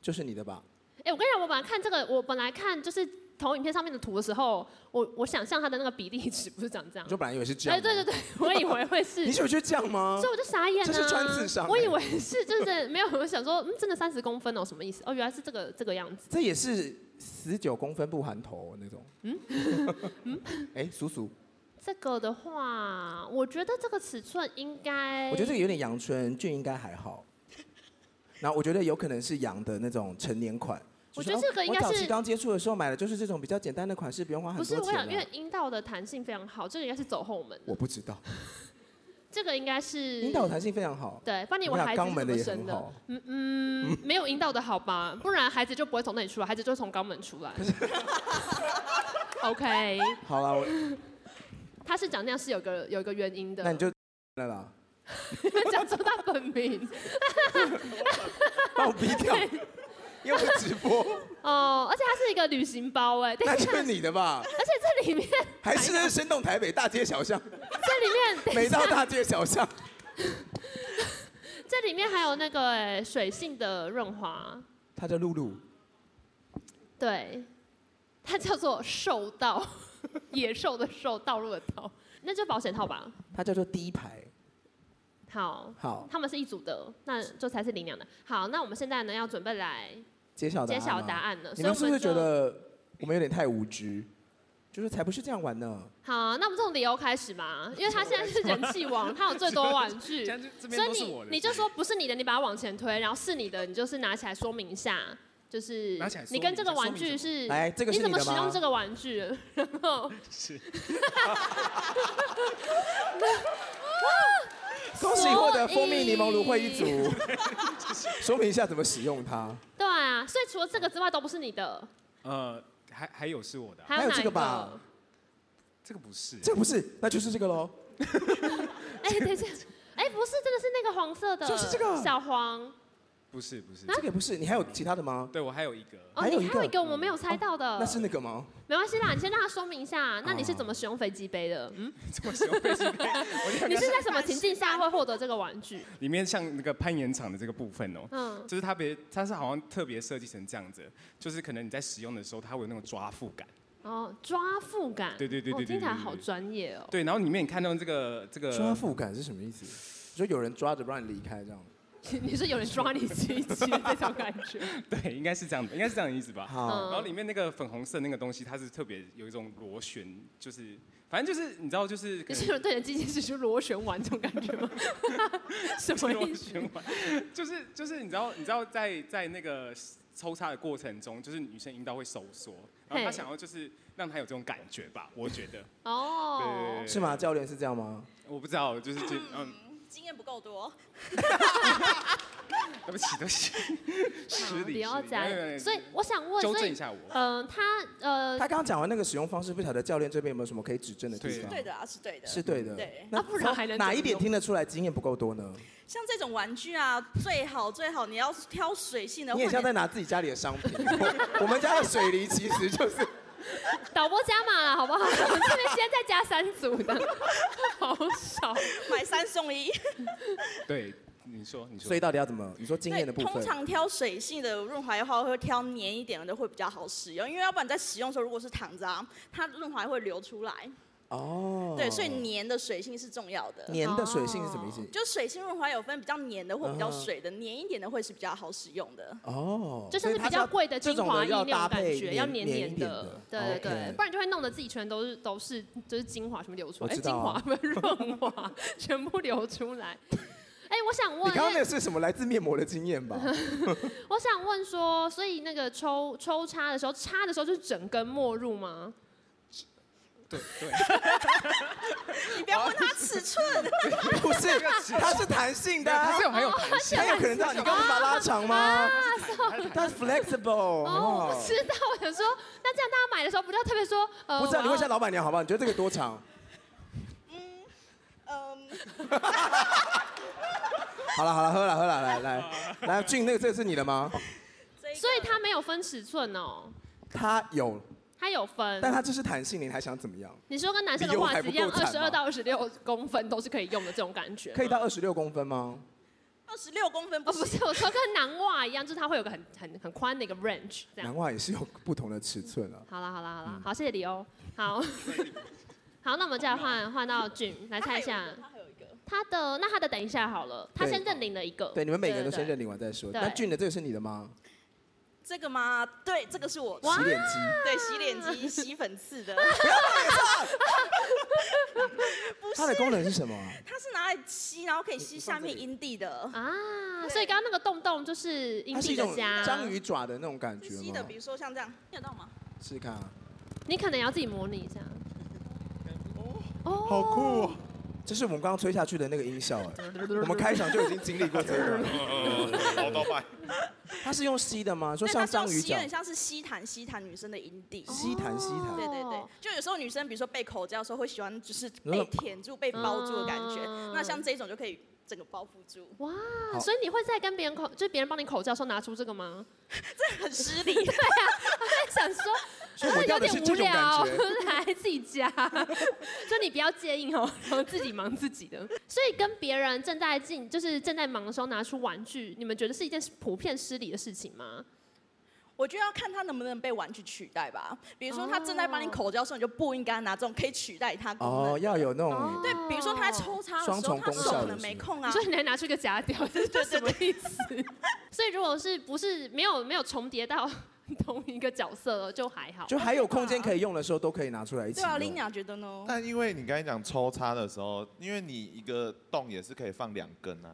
[SPEAKER 2] 就是你的吧，
[SPEAKER 1] 哎、我跟你讲，我本来看这个，我本来看就是投影片上面的图的时候，我我想象它的那个比例尺不是长这样
[SPEAKER 2] 我，就本来以为是这
[SPEAKER 1] 哎、
[SPEAKER 2] 样。
[SPEAKER 1] 对对对，我以为会是
[SPEAKER 2] [LAUGHS] 你，是不是就这样吗
[SPEAKER 1] 所以？我就傻眼
[SPEAKER 2] 这
[SPEAKER 1] 了、
[SPEAKER 2] 是穿刺伤
[SPEAKER 1] 我
[SPEAKER 2] 哎
[SPEAKER 1] 以为是，就是没有，我想说，嗯，真的三十公分哦，什么意思？哦，原来是这个这个样子。
[SPEAKER 2] 这也是十九公分不含头哦那种。 [LAUGHS] 嗯，哎，叔叔，
[SPEAKER 1] 这个的话，我觉得这个尺寸应该，
[SPEAKER 2] 我觉得这个有点阳春，俊应该还好。然后我觉得有可能是羊的那种成年款。
[SPEAKER 1] 我
[SPEAKER 2] 就
[SPEAKER 1] 觉得
[SPEAKER 2] 哦
[SPEAKER 1] 这个应该
[SPEAKER 2] 我早
[SPEAKER 1] 是
[SPEAKER 2] 期刚接触的时候买的就是这种比较简单的款式，不用花很
[SPEAKER 1] 不
[SPEAKER 2] 多
[SPEAKER 1] 是
[SPEAKER 2] 钱、啊。
[SPEAKER 1] 我想，因为阴道的弹性非常好，这个应该是走后门的
[SPEAKER 2] 我不知道，
[SPEAKER 1] 这个应该是
[SPEAKER 2] 阴道弹性非常好，
[SPEAKER 1] 对，不然你以为
[SPEAKER 2] 我想
[SPEAKER 1] 孩子
[SPEAKER 2] 肛
[SPEAKER 1] 是怎
[SPEAKER 2] 门的
[SPEAKER 1] 么
[SPEAKER 2] 也
[SPEAKER 1] 生
[SPEAKER 2] 很
[SPEAKER 1] 的？
[SPEAKER 2] 好。
[SPEAKER 1] 嗯嗯，没有阴道的好吧，不然孩子就不会从那里出来，孩子就会从肛门
[SPEAKER 2] [LAUGHS]
[SPEAKER 1] 出来。OK，
[SPEAKER 2] 好了，我
[SPEAKER 1] 他是长那样是有个有一个原因的。
[SPEAKER 2] 那你就了啦，
[SPEAKER 1] [LAUGHS] 讲出他本名
[SPEAKER 2] 把我逼掉，因为我直
[SPEAKER 1] [LAUGHS]
[SPEAKER 2] 播，
[SPEAKER 1] 哦，而且它是一个旅行包哎，
[SPEAKER 2] 那
[SPEAKER 1] 但是
[SPEAKER 2] 就是你的吧？
[SPEAKER 1] 而且这里面
[SPEAKER 2] 还是那是生动台北大街
[SPEAKER 1] [LAUGHS]
[SPEAKER 2] 小巷，
[SPEAKER 1] 这里面等一
[SPEAKER 2] 每
[SPEAKER 1] 下
[SPEAKER 2] 到大街小巷，
[SPEAKER 1] 这里面还有那个哎水性的润滑，
[SPEAKER 2] 他叫露露，
[SPEAKER 1] 对，它叫做兽
[SPEAKER 2] [LAUGHS]
[SPEAKER 1] 道，野兽的兽，道路的道，那就保险套吧。
[SPEAKER 2] 他叫做第一排。
[SPEAKER 1] 好，
[SPEAKER 2] 好，
[SPEAKER 1] 他们是一组的，那这才是领养的。好，那我们现在呢要准备来
[SPEAKER 2] 揭晓答
[SPEAKER 1] 揭
[SPEAKER 2] 案
[SPEAKER 1] 晓
[SPEAKER 2] 吗
[SPEAKER 1] 答案了。
[SPEAKER 2] 你
[SPEAKER 1] 所以
[SPEAKER 2] 们
[SPEAKER 1] 我
[SPEAKER 2] 是不是
[SPEAKER 1] 就
[SPEAKER 2] 觉得我们有点太无知？就是才不是这样玩呢。
[SPEAKER 1] 好？那我们从理由开始
[SPEAKER 2] [LAUGHS]
[SPEAKER 1] 嘛，因为他现在是人气王，他有最多玩具，
[SPEAKER 7] 这这
[SPEAKER 1] 所以你你就说不是你的，你把它往前推，然后是你的，你就是拿起来说明一下，就是
[SPEAKER 7] 拿起来说
[SPEAKER 1] 你
[SPEAKER 7] 明
[SPEAKER 1] 跟这个
[SPEAKER 7] 这说
[SPEAKER 1] 玩
[SPEAKER 7] 明
[SPEAKER 1] 具
[SPEAKER 7] 什么
[SPEAKER 1] 是
[SPEAKER 2] 来这个
[SPEAKER 1] 你
[SPEAKER 2] 是
[SPEAKER 1] 怎
[SPEAKER 2] 你
[SPEAKER 1] 么
[SPEAKER 2] 的
[SPEAKER 1] 使用
[SPEAKER 2] 吗
[SPEAKER 1] 这个玩具，然后
[SPEAKER 7] [LAUGHS] 是
[SPEAKER 2] 恭喜获得蜂蜜柠檬芦荟一
[SPEAKER 1] [LAUGHS]
[SPEAKER 2] 组，说明一下怎么使用它。
[SPEAKER 1] 对啊，所以除了这个之外都不是你的，
[SPEAKER 7] 呃，还还有是我的啊、
[SPEAKER 1] 还
[SPEAKER 2] 还有
[SPEAKER 1] 哪
[SPEAKER 2] 这
[SPEAKER 1] 一
[SPEAKER 2] 个吧
[SPEAKER 7] 这个不是欸、
[SPEAKER 2] 这不是，那就是这个喽。
[SPEAKER 1] 哎，等一下，哎，不是，真的是那个黄色的，
[SPEAKER 2] 就是这个
[SPEAKER 1] 小黄。
[SPEAKER 7] 不是不是。
[SPEAKER 1] 啊
[SPEAKER 2] 这个也不是，你还有其他的吗？
[SPEAKER 7] 对我还有一个， [LAUGHS]
[SPEAKER 1] 哦，
[SPEAKER 2] 还有
[SPEAKER 1] 你
[SPEAKER 2] 一
[SPEAKER 1] 还有
[SPEAKER 2] 个
[SPEAKER 1] 一
[SPEAKER 2] 哦
[SPEAKER 1] 个我们没有猜到的，
[SPEAKER 2] 那是那哦个吗？
[SPEAKER 1] 没关系啦，你先让他说明一下，那你是怎么使用飞机杯的？嗯，
[SPEAKER 7] 这么熊飞机杯，我就
[SPEAKER 1] 你
[SPEAKER 7] 刚
[SPEAKER 1] 是在什么情境下会获得这个玩具？
[SPEAKER 7] 里面像那个攀岩场的这个部分哦、
[SPEAKER 1] 嗯，
[SPEAKER 7] 就是它别，它是好像特别设计成这样子，就是可能你在使用的时候，它会有那种抓腹感。
[SPEAKER 1] 哦，抓腹感，
[SPEAKER 7] 对对对
[SPEAKER 1] 哦
[SPEAKER 7] 对对
[SPEAKER 1] 听起来
[SPEAKER 7] 对对
[SPEAKER 1] 好
[SPEAKER 7] 对
[SPEAKER 1] 专业哦。 [LAUGHS] 呃
[SPEAKER 7] 对，然后里面你看到这个这个
[SPEAKER 2] 抓腹感是什么意思？就有人抓着不让你离开这样。
[SPEAKER 1] 你是有人抓你吃一吃这种感
[SPEAKER 2] [LAUGHS]
[SPEAKER 1] 觉。
[SPEAKER 7] [LAUGHS] 对，应该是这样的，应该是这样的意思
[SPEAKER 1] 啊
[SPEAKER 7] 吧。
[SPEAKER 2] 好，
[SPEAKER 7] 然后里面那个粉红色那个东西，它是特别有一种螺旋，就是反正就是你知道，就是可
[SPEAKER 1] 你
[SPEAKER 7] 能
[SPEAKER 1] 是有人对你的经济指数螺旋丸这种感觉吗？ [LAUGHS] 什么意
[SPEAKER 7] 螺
[SPEAKER 1] 思？
[SPEAKER 7] 旋丸， [LAUGHS] 就是就是你知道你知道在在那个抽插的过程中，就是女生阴道会收缩，然后她
[SPEAKER 1] 嘿
[SPEAKER 7] 想要就是让她有这种感觉吧，我觉得。对对对
[SPEAKER 1] 哦
[SPEAKER 7] 对，
[SPEAKER 2] 是吗？教练是这样吗？
[SPEAKER 7] 我不知道，就是这嗯，
[SPEAKER 6] 经验不够多，
[SPEAKER 7] [LAUGHS] 对不起对
[SPEAKER 1] [LAUGHS]
[SPEAKER 7] 不起，失
[SPEAKER 1] 好
[SPEAKER 7] 礼失
[SPEAKER 1] 不
[SPEAKER 7] 礼
[SPEAKER 1] 要
[SPEAKER 7] 对对
[SPEAKER 1] 再。
[SPEAKER 7] 对
[SPEAKER 1] 所以我想问，
[SPEAKER 7] 纠
[SPEAKER 1] 所
[SPEAKER 7] 正一
[SPEAKER 1] 以
[SPEAKER 7] 下我。
[SPEAKER 1] 嗯，他呃
[SPEAKER 2] 他，刚刚讲完那个使用方式，不晓得教练这边有没有什么可以指正的地
[SPEAKER 7] 对
[SPEAKER 2] 方？
[SPEAKER 6] 对的啊，是对的。
[SPEAKER 2] 是对的。
[SPEAKER 6] 对
[SPEAKER 2] 那
[SPEAKER 1] 啊不然还能怎么
[SPEAKER 2] 哪一点
[SPEAKER 1] 用
[SPEAKER 2] 听得出来经验不够多呢？
[SPEAKER 6] 像这种玩具啊，最好最好你要挑水性的，
[SPEAKER 2] 你也
[SPEAKER 6] 换
[SPEAKER 2] 像在
[SPEAKER 6] 点
[SPEAKER 2] 拿自己家里的商品。我 [LAUGHS] 我们家的水梨其实就是
[SPEAKER 1] 导播加码了，好 [LAUGHS] 不好？我们这边先再加三组的， [LAUGHS] 好少。
[SPEAKER 6] 买三送一。
[SPEAKER 7] 对，你说你说
[SPEAKER 2] 所以。到底要怎么？你说经验的部
[SPEAKER 6] 通
[SPEAKER 2] 分，
[SPEAKER 6] 常挑水性的润滑液的话，会挑黏一点的会比较好使用，因为要不然在使用的时候，如果是躺着、啊，它润滑液会流出来。
[SPEAKER 2] 哦，
[SPEAKER 6] 对，所以黏的水性是重要的。
[SPEAKER 2] 黏的水性是什么意思？
[SPEAKER 6] 就水性润滑有分比较黏的或比较水的，黏一点的会是比较好使用的。
[SPEAKER 2] 哦，
[SPEAKER 1] 就像是
[SPEAKER 2] 所以它
[SPEAKER 1] 比较贵的精华
[SPEAKER 2] 这种的
[SPEAKER 1] 液
[SPEAKER 2] 要
[SPEAKER 1] 那
[SPEAKER 2] 搭
[SPEAKER 1] 种
[SPEAKER 2] 配
[SPEAKER 1] 感觉，要
[SPEAKER 2] 黏
[SPEAKER 1] 黏
[SPEAKER 2] 黏一点
[SPEAKER 1] 的
[SPEAKER 2] 的，
[SPEAKER 1] 对对对
[SPEAKER 2] OK，
[SPEAKER 1] 不然就会弄得自己全都是都是就是精华全部流出
[SPEAKER 2] 我
[SPEAKER 1] 来，哎，
[SPEAKER 2] 知
[SPEAKER 1] 精
[SPEAKER 2] 道
[SPEAKER 1] 华
[SPEAKER 2] 啊
[SPEAKER 1] 不是润滑全部流出
[SPEAKER 2] [LAUGHS]
[SPEAKER 1] 来。哎，我想
[SPEAKER 2] 你
[SPEAKER 1] 问，
[SPEAKER 2] 刚刚
[SPEAKER 1] 因
[SPEAKER 2] 那
[SPEAKER 1] 为
[SPEAKER 2] 个是什么来自面膜的经验吧？
[SPEAKER 1] 我想问说，所以那个抽抽插的时候，插的时候就是整根没入吗？
[SPEAKER 7] 对对，
[SPEAKER 6] 你不要问它尺寸，
[SPEAKER 2] 不是，它是弹性的啊
[SPEAKER 7] 它，是有很有弹性
[SPEAKER 2] 它有可能让你刚不把它拉
[SPEAKER 1] [LAUGHS]
[SPEAKER 2] 长吗？它是 flexible，好不
[SPEAKER 1] 哦，我
[SPEAKER 2] 好
[SPEAKER 1] 不知道，我想说，那这样大家买的时候，不就要特别说，呃，
[SPEAKER 2] 不是啊，
[SPEAKER 1] 我
[SPEAKER 2] 你问一
[SPEAKER 1] 要
[SPEAKER 2] 下老板娘好不好？你觉得这个多长？
[SPEAKER 6] 嗯，
[SPEAKER 2] 好了好了，喝了喝了，来来来，俊那个这个是你的吗？
[SPEAKER 6] 这一个
[SPEAKER 1] 所以它没有分尺寸哦，
[SPEAKER 2] 它有，
[SPEAKER 1] 它有分。
[SPEAKER 2] 但它就是弹性，你还想怎么样？
[SPEAKER 1] 你说跟男生
[SPEAKER 2] 理
[SPEAKER 1] 的
[SPEAKER 2] 由
[SPEAKER 1] 袜
[SPEAKER 2] 还
[SPEAKER 1] 子
[SPEAKER 2] 不
[SPEAKER 1] 一样，
[SPEAKER 2] 够惨
[SPEAKER 1] 二
[SPEAKER 2] 吗
[SPEAKER 1] 十二到二十六公分都是可以用的这种感
[SPEAKER 2] [LAUGHS]
[SPEAKER 1] 觉吗，
[SPEAKER 2] 可以到二十六公分吗？
[SPEAKER 6] 二十六公分
[SPEAKER 1] 哦，
[SPEAKER 6] 不
[SPEAKER 1] 不
[SPEAKER 6] 是。
[SPEAKER 1] 是，我说跟男袜一样，就是它会有个很很很宽的一个 range 这样
[SPEAKER 2] 南。袜也是有不同的尺寸啊。
[SPEAKER 1] 好啦好啦好啦，好，谢谢李欧。
[SPEAKER 2] [LAUGHS]
[SPEAKER 1] 好，好，那我们再换换到俊来
[SPEAKER 6] 它
[SPEAKER 1] 猜
[SPEAKER 6] 还有
[SPEAKER 1] 一下
[SPEAKER 6] 个它还有一个，
[SPEAKER 1] 他的，那他的等一下好了，他
[SPEAKER 2] 对
[SPEAKER 1] 先认领了一个。
[SPEAKER 2] 对，你们每个人都先
[SPEAKER 1] 对
[SPEAKER 2] 认领完再说。
[SPEAKER 1] 对
[SPEAKER 2] 那俊的这个是你的吗？
[SPEAKER 6] 这个吗？对，这个是我
[SPEAKER 1] 哇
[SPEAKER 2] 洗脸机。
[SPEAKER 6] 对洗脸机洗粉刺的，
[SPEAKER 2] 不要动脸上它的功能是什么啊？
[SPEAKER 6] 它是拿来吸，然后可以吸下面阴蒂的。
[SPEAKER 1] 啊，
[SPEAKER 6] 对
[SPEAKER 1] 所以刚刚那个洞洞就是阴
[SPEAKER 2] 它是
[SPEAKER 1] 蒂
[SPEAKER 2] 一
[SPEAKER 1] 的
[SPEAKER 2] 种
[SPEAKER 1] 家，
[SPEAKER 2] 章鱼爪的那种感觉
[SPEAKER 6] 吸的，
[SPEAKER 2] 吗
[SPEAKER 6] 比？如说像这样，听得到吗？
[SPEAKER 2] 试试看啊，
[SPEAKER 1] 你可能要自己模拟一下。哦，
[SPEAKER 7] 好酷、哦！
[SPEAKER 2] 这是我们刚刚吹下去的那个音效哎，我们开场就已经经历过这个了。
[SPEAKER 4] [LAUGHS] 好多拜。
[SPEAKER 2] 它是用吸的吗？说
[SPEAKER 6] 对，
[SPEAKER 2] 像
[SPEAKER 6] 它是
[SPEAKER 2] 章
[SPEAKER 6] 用
[SPEAKER 2] 鱼
[SPEAKER 6] 吸，有
[SPEAKER 2] 爪
[SPEAKER 6] 点，像是吸弹吸弹女生的阴蒂。
[SPEAKER 2] 吸弹吸弹。
[SPEAKER 6] 对对对
[SPEAKER 1] 哦，
[SPEAKER 6] 就有时候女生比如说被口交的时候会喜欢就是
[SPEAKER 2] 那
[SPEAKER 6] 被舔住、被包住的感觉，
[SPEAKER 1] 嗯
[SPEAKER 6] 那像这种就可以整个包覆住，
[SPEAKER 1] 哇
[SPEAKER 2] 好！
[SPEAKER 1] 所以你会在跟别人口，就是别人帮你口罩的时候拿出这个吗？
[SPEAKER 6] 很失礼。
[SPEAKER 1] 在想说，
[SPEAKER 2] 所以我要
[SPEAKER 1] 有
[SPEAKER 2] 的
[SPEAKER 1] 点
[SPEAKER 2] 是
[SPEAKER 1] 无
[SPEAKER 2] 这种
[SPEAKER 1] 聊
[SPEAKER 2] 感觉。，
[SPEAKER 1] [LAUGHS] 来自己家， [LAUGHS] 就你不要介意哦，然后自己忙自己的。所以跟别人正在进，就是正在忙的时候拿出玩具，你们觉得是一件普遍失礼的事情吗？
[SPEAKER 6] [LAUGHS] 我觉得要看他能不能被玩具取代吧。比如说他正在帮你
[SPEAKER 1] 哦
[SPEAKER 6] 口交的时候，你就不应该拿这种可以取代它功能。
[SPEAKER 2] 哦，要有那
[SPEAKER 1] 哦
[SPEAKER 2] 种
[SPEAKER 6] 对，比如说他在抽插的
[SPEAKER 2] 双
[SPEAKER 6] 时候，
[SPEAKER 2] 重
[SPEAKER 6] 他
[SPEAKER 2] 功
[SPEAKER 6] 手
[SPEAKER 2] 效
[SPEAKER 6] 可
[SPEAKER 2] 的
[SPEAKER 6] 能
[SPEAKER 2] 是
[SPEAKER 6] 没
[SPEAKER 2] 吗
[SPEAKER 6] 空啊
[SPEAKER 1] 所。以你还拿出一个假屌，这是什么意思？ [LAUGHS] 所以如果是不是没有没有重叠到同一个角色了，就还好。
[SPEAKER 2] 就还有空间可以用的时候都可以拿出来一起
[SPEAKER 6] 对啊，
[SPEAKER 2] 用。
[SPEAKER 6] 林雅觉得呢？
[SPEAKER 4] 但因为你刚才讲抽插的时候，因为你一个洞也是可以放两根啊，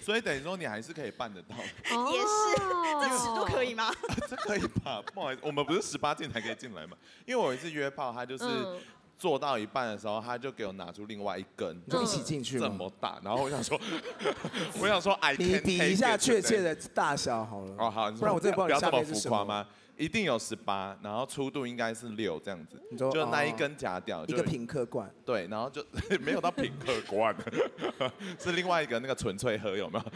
[SPEAKER 4] 所以等于说你还是可以办得到，
[SPEAKER 1] 哦
[SPEAKER 6] 也是这尺度可以吗？
[SPEAKER 4] 这可以吧？ [LAUGHS] 不好意思，我们不是十八禁才可以进来嘛。因为我有一次约炮，他就是
[SPEAKER 1] 嗯
[SPEAKER 4] 做到一半的时候，他就给我拿出另外一根，
[SPEAKER 2] 你就一起进去
[SPEAKER 4] 这
[SPEAKER 2] 吗？
[SPEAKER 4] 么大，然后我
[SPEAKER 2] [LAUGHS]
[SPEAKER 4] 想说，我想说 I can
[SPEAKER 2] 你
[SPEAKER 4] take
[SPEAKER 2] 比一下
[SPEAKER 4] it
[SPEAKER 2] 确切
[SPEAKER 4] today
[SPEAKER 2] 的大小好了。
[SPEAKER 4] 哦，好，你说
[SPEAKER 2] 不然我真的不
[SPEAKER 4] 不
[SPEAKER 2] 知道
[SPEAKER 4] 要
[SPEAKER 2] 你下
[SPEAKER 4] 这么
[SPEAKER 2] 面是
[SPEAKER 4] 浮
[SPEAKER 2] 什
[SPEAKER 4] 夸
[SPEAKER 2] 么。
[SPEAKER 4] 吗？一定有十八，然后粗度应该是六这样子，
[SPEAKER 2] 你说
[SPEAKER 4] 就那一
[SPEAKER 2] 哦
[SPEAKER 4] 根假屌，
[SPEAKER 2] 一
[SPEAKER 4] 就
[SPEAKER 2] 个品客罐，
[SPEAKER 4] 对，然后就 [LAUGHS] 没有到品客观， [LAUGHS] 是另外一个那个纯粹喝有没有？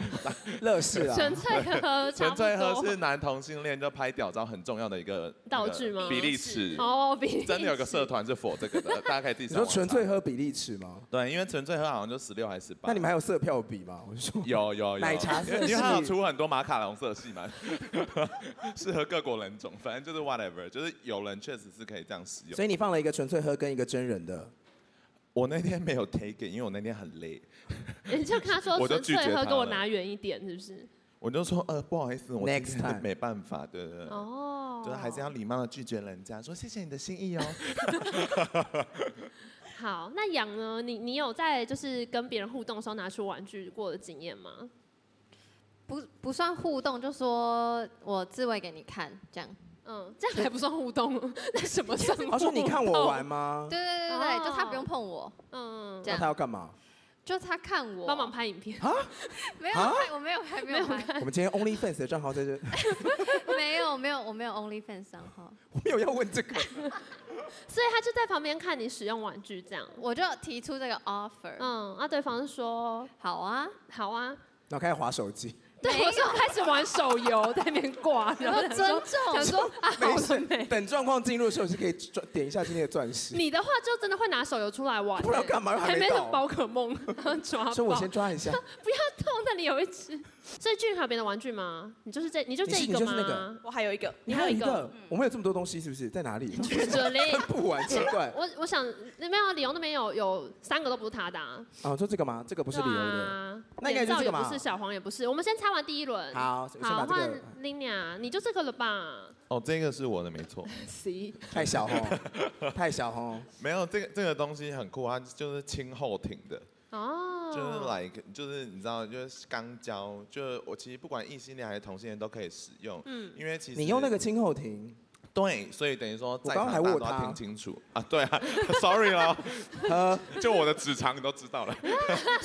[SPEAKER 2] 乐事
[SPEAKER 1] [LAUGHS]
[SPEAKER 2] 啊，
[SPEAKER 1] 纯粹和差
[SPEAKER 4] 纯
[SPEAKER 1] 不
[SPEAKER 4] 粹
[SPEAKER 1] 多
[SPEAKER 4] 喝是男同性恋就拍屌照很重要的一个
[SPEAKER 1] 道具吗
[SPEAKER 4] 那个比例尺，
[SPEAKER 1] 哦，比
[SPEAKER 4] 真的有个社团是否这个的，大家可以自己
[SPEAKER 2] 你
[SPEAKER 4] 上
[SPEAKER 2] 说
[SPEAKER 4] 网
[SPEAKER 2] 纯粹
[SPEAKER 4] 查
[SPEAKER 2] 喝比例尺
[SPEAKER 4] [LAUGHS]
[SPEAKER 2] 吗？
[SPEAKER 4] 对，因为纯粹喝好像就十六还是十八。
[SPEAKER 2] 那你们还有色票比吗？我就说
[SPEAKER 4] 有有有
[SPEAKER 2] 奶茶
[SPEAKER 4] 因
[SPEAKER 2] 色
[SPEAKER 4] 为
[SPEAKER 2] 系
[SPEAKER 4] 因为它有出很多马卡龙色系嘛， [LAUGHS] 适合各国人种，反正就是 whatever，就是有人确实是可以这样使用
[SPEAKER 2] 所。以你放了一个纯粹喝跟一个真人的，
[SPEAKER 4] 我那天没有 take it，因为我那天很累，
[SPEAKER 1] 你就跟他说
[SPEAKER 4] 我就
[SPEAKER 1] 纯
[SPEAKER 4] 拒绝
[SPEAKER 1] 粹喝，
[SPEAKER 4] 他
[SPEAKER 1] 给我
[SPEAKER 4] 了
[SPEAKER 1] 拿远一点，是不是？
[SPEAKER 4] 我就说呃不好意思，我今
[SPEAKER 2] Next time
[SPEAKER 4] 天没办法，对嗯对对，
[SPEAKER 1] 哦，
[SPEAKER 4] 就是还是要礼貌的拒绝人家，说谢谢你的心意哦。
[SPEAKER 1] 好。那养呢？你你有在就是跟别人互动的时候拿出玩具过的经验吗？
[SPEAKER 3] 不不算互动，就说我自慰给你看这样。
[SPEAKER 1] 嗯，这样还不算互动，那什么算？ [LAUGHS]
[SPEAKER 2] 他说哦你看我玩，吗？
[SPEAKER 3] 对对对对对，
[SPEAKER 1] 哦
[SPEAKER 3] 就他不用碰我，
[SPEAKER 1] 嗯，
[SPEAKER 3] 这
[SPEAKER 2] 那
[SPEAKER 3] 样
[SPEAKER 2] 他要干嘛？
[SPEAKER 3] 就他看我。
[SPEAKER 1] 帮忙拍影片。
[SPEAKER 3] 没有拍，我没有拍，没有拍，
[SPEAKER 2] [LAUGHS] 我们今天 OnlyFans 的账号在这， [LAUGHS]
[SPEAKER 3] [LAUGHS] 没有没有，我没有 OnlyFans 账号，
[SPEAKER 2] 我没有要问这 [LAUGHS] 个。
[SPEAKER 1] 所以他就在旁边看你使用玩具这样。
[SPEAKER 3] 我就提出这个 offer。
[SPEAKER 1] 嗯，啊，对方是说
[SPEAKER 3] 好啊，
[SPEAKER 1] 好啊，
[SPEAKER 2] 然后开始划手机，
[SPEAKER 1] 对我说开始玩手游，在那边挂，然
[SPEAKER 3] 然
[SPEAKER 1] 后
[SPEAKER 3] 后
[SPEAKER 1] 想
[SPEAKER 3] 尊
[SPEAKER 1] 说想
[SPEAKER 3] 重，
[SPEAKER 1] 说啊，好
[SPEAKER 2] 没
[SPEAKER 1] 了
[SPEAKER 2] 事。
[SPEAKER 1] [LAUGHS] 没？
[SPEAKER 2] 等状况进入的时候是可以转点一下今天的钻石，
[SPEAKER 1] 你的话就真的会拿手游出来玩，
[SPEAKER 2] [LAUGHS] 不然干嘛
[SPEAKER 1] 还
[SPEAKER 2] 还
[SPEAKER 1] 没
[SPEAKER 2] 没
[SPEAKER 1] 有
[SPEAKER 2] 到？
[SPEAKER 1] 宝可梦 [LAUGHS] 抓爆，
[SPEAKER 2] 所以我先抓一下， [LAUGHS]
[SPEAKER 1] 痛，那里有一只。 [LAUGHS] 所以俊还有别的玩具吗？你就是这，你就这一
[SPEAKER 2] 你是
[SPEAKER 1] 个
[SPEAKER 2] 你
[SPEAKER 1] 吗？
[SPEAKER 2] 就是那个
[SPEAKER 6] 我还有一个，
[SPEAKER 1] 你还有一个，
[SPEAKER 2] 我们有这嗯么多东西是不是？在哪 [LAUGHS] 里？
[SPEAKER 1] 准嘞。
[SPEAKER 2] 不玩奇怪
[SPEAKER 1] [LAUGHS] 我我想没有啊，李荣那边有有三个都不是他的、啊，
[SPEAKER 2] 啊！说这个吗？这个不
[SPEAKER 1] 不
[SPEAKER 2] 是理由的。
[SPEAKER 1] 啊、
[SPEAKER 2] 那应该
[SPEAKER 1] 眼罩
[SPEAKER 2] 就是这
[SPEAKER 1] 也
[SPEAKER 2] 个吧
[SPEAKER 1] 不是，小黄也不是。我们先猜完第一轮，
[SPEAKER 2] 好，先把这
[SPEAKER 1] 换
[SPEAKER 2] 个呃
[SPEAKER 1] Lina，你就这个了吧
[SPEAKER 4] [LAUGHS] 哦，这个是我的没错，
[SPEAKER 1] ？C，
[SPEAKER 2] 太小红， [LAUGHS] 太小哦红。
[SPEAKER 4] [LAUGHS] 没有这个这个东西很酷，它就是清后庭的，
[SPEAKER 1] 哦，
[SPEAKER 4] 就是 like 就是你知道就是钢胶，就是我其实不管异性恋还是同性恋都可以使用，
[SPEAKER 1] 嗯，
[SPEAKER 4] 因为其实
[SPEAKER 2] 你用那个金后庭，
[SPEAKER 4] 对，所以等于说在
[SPEAKER 2] 刚刚
[SPEAKER 4] 场大
[SPEAKER 2] 还
[SPEAKER 4] 家
[SPEAKER 2] 握
[SPEAKER 4] 都要
[SPEAKER 2] 它
[SPEAKER 4] 听清楚啊，对啊 [LAUGHS] ，sorry 哦，
[SPEAKER 2] 呃，
[SPEAKER 4] 就我的指长你都知道了，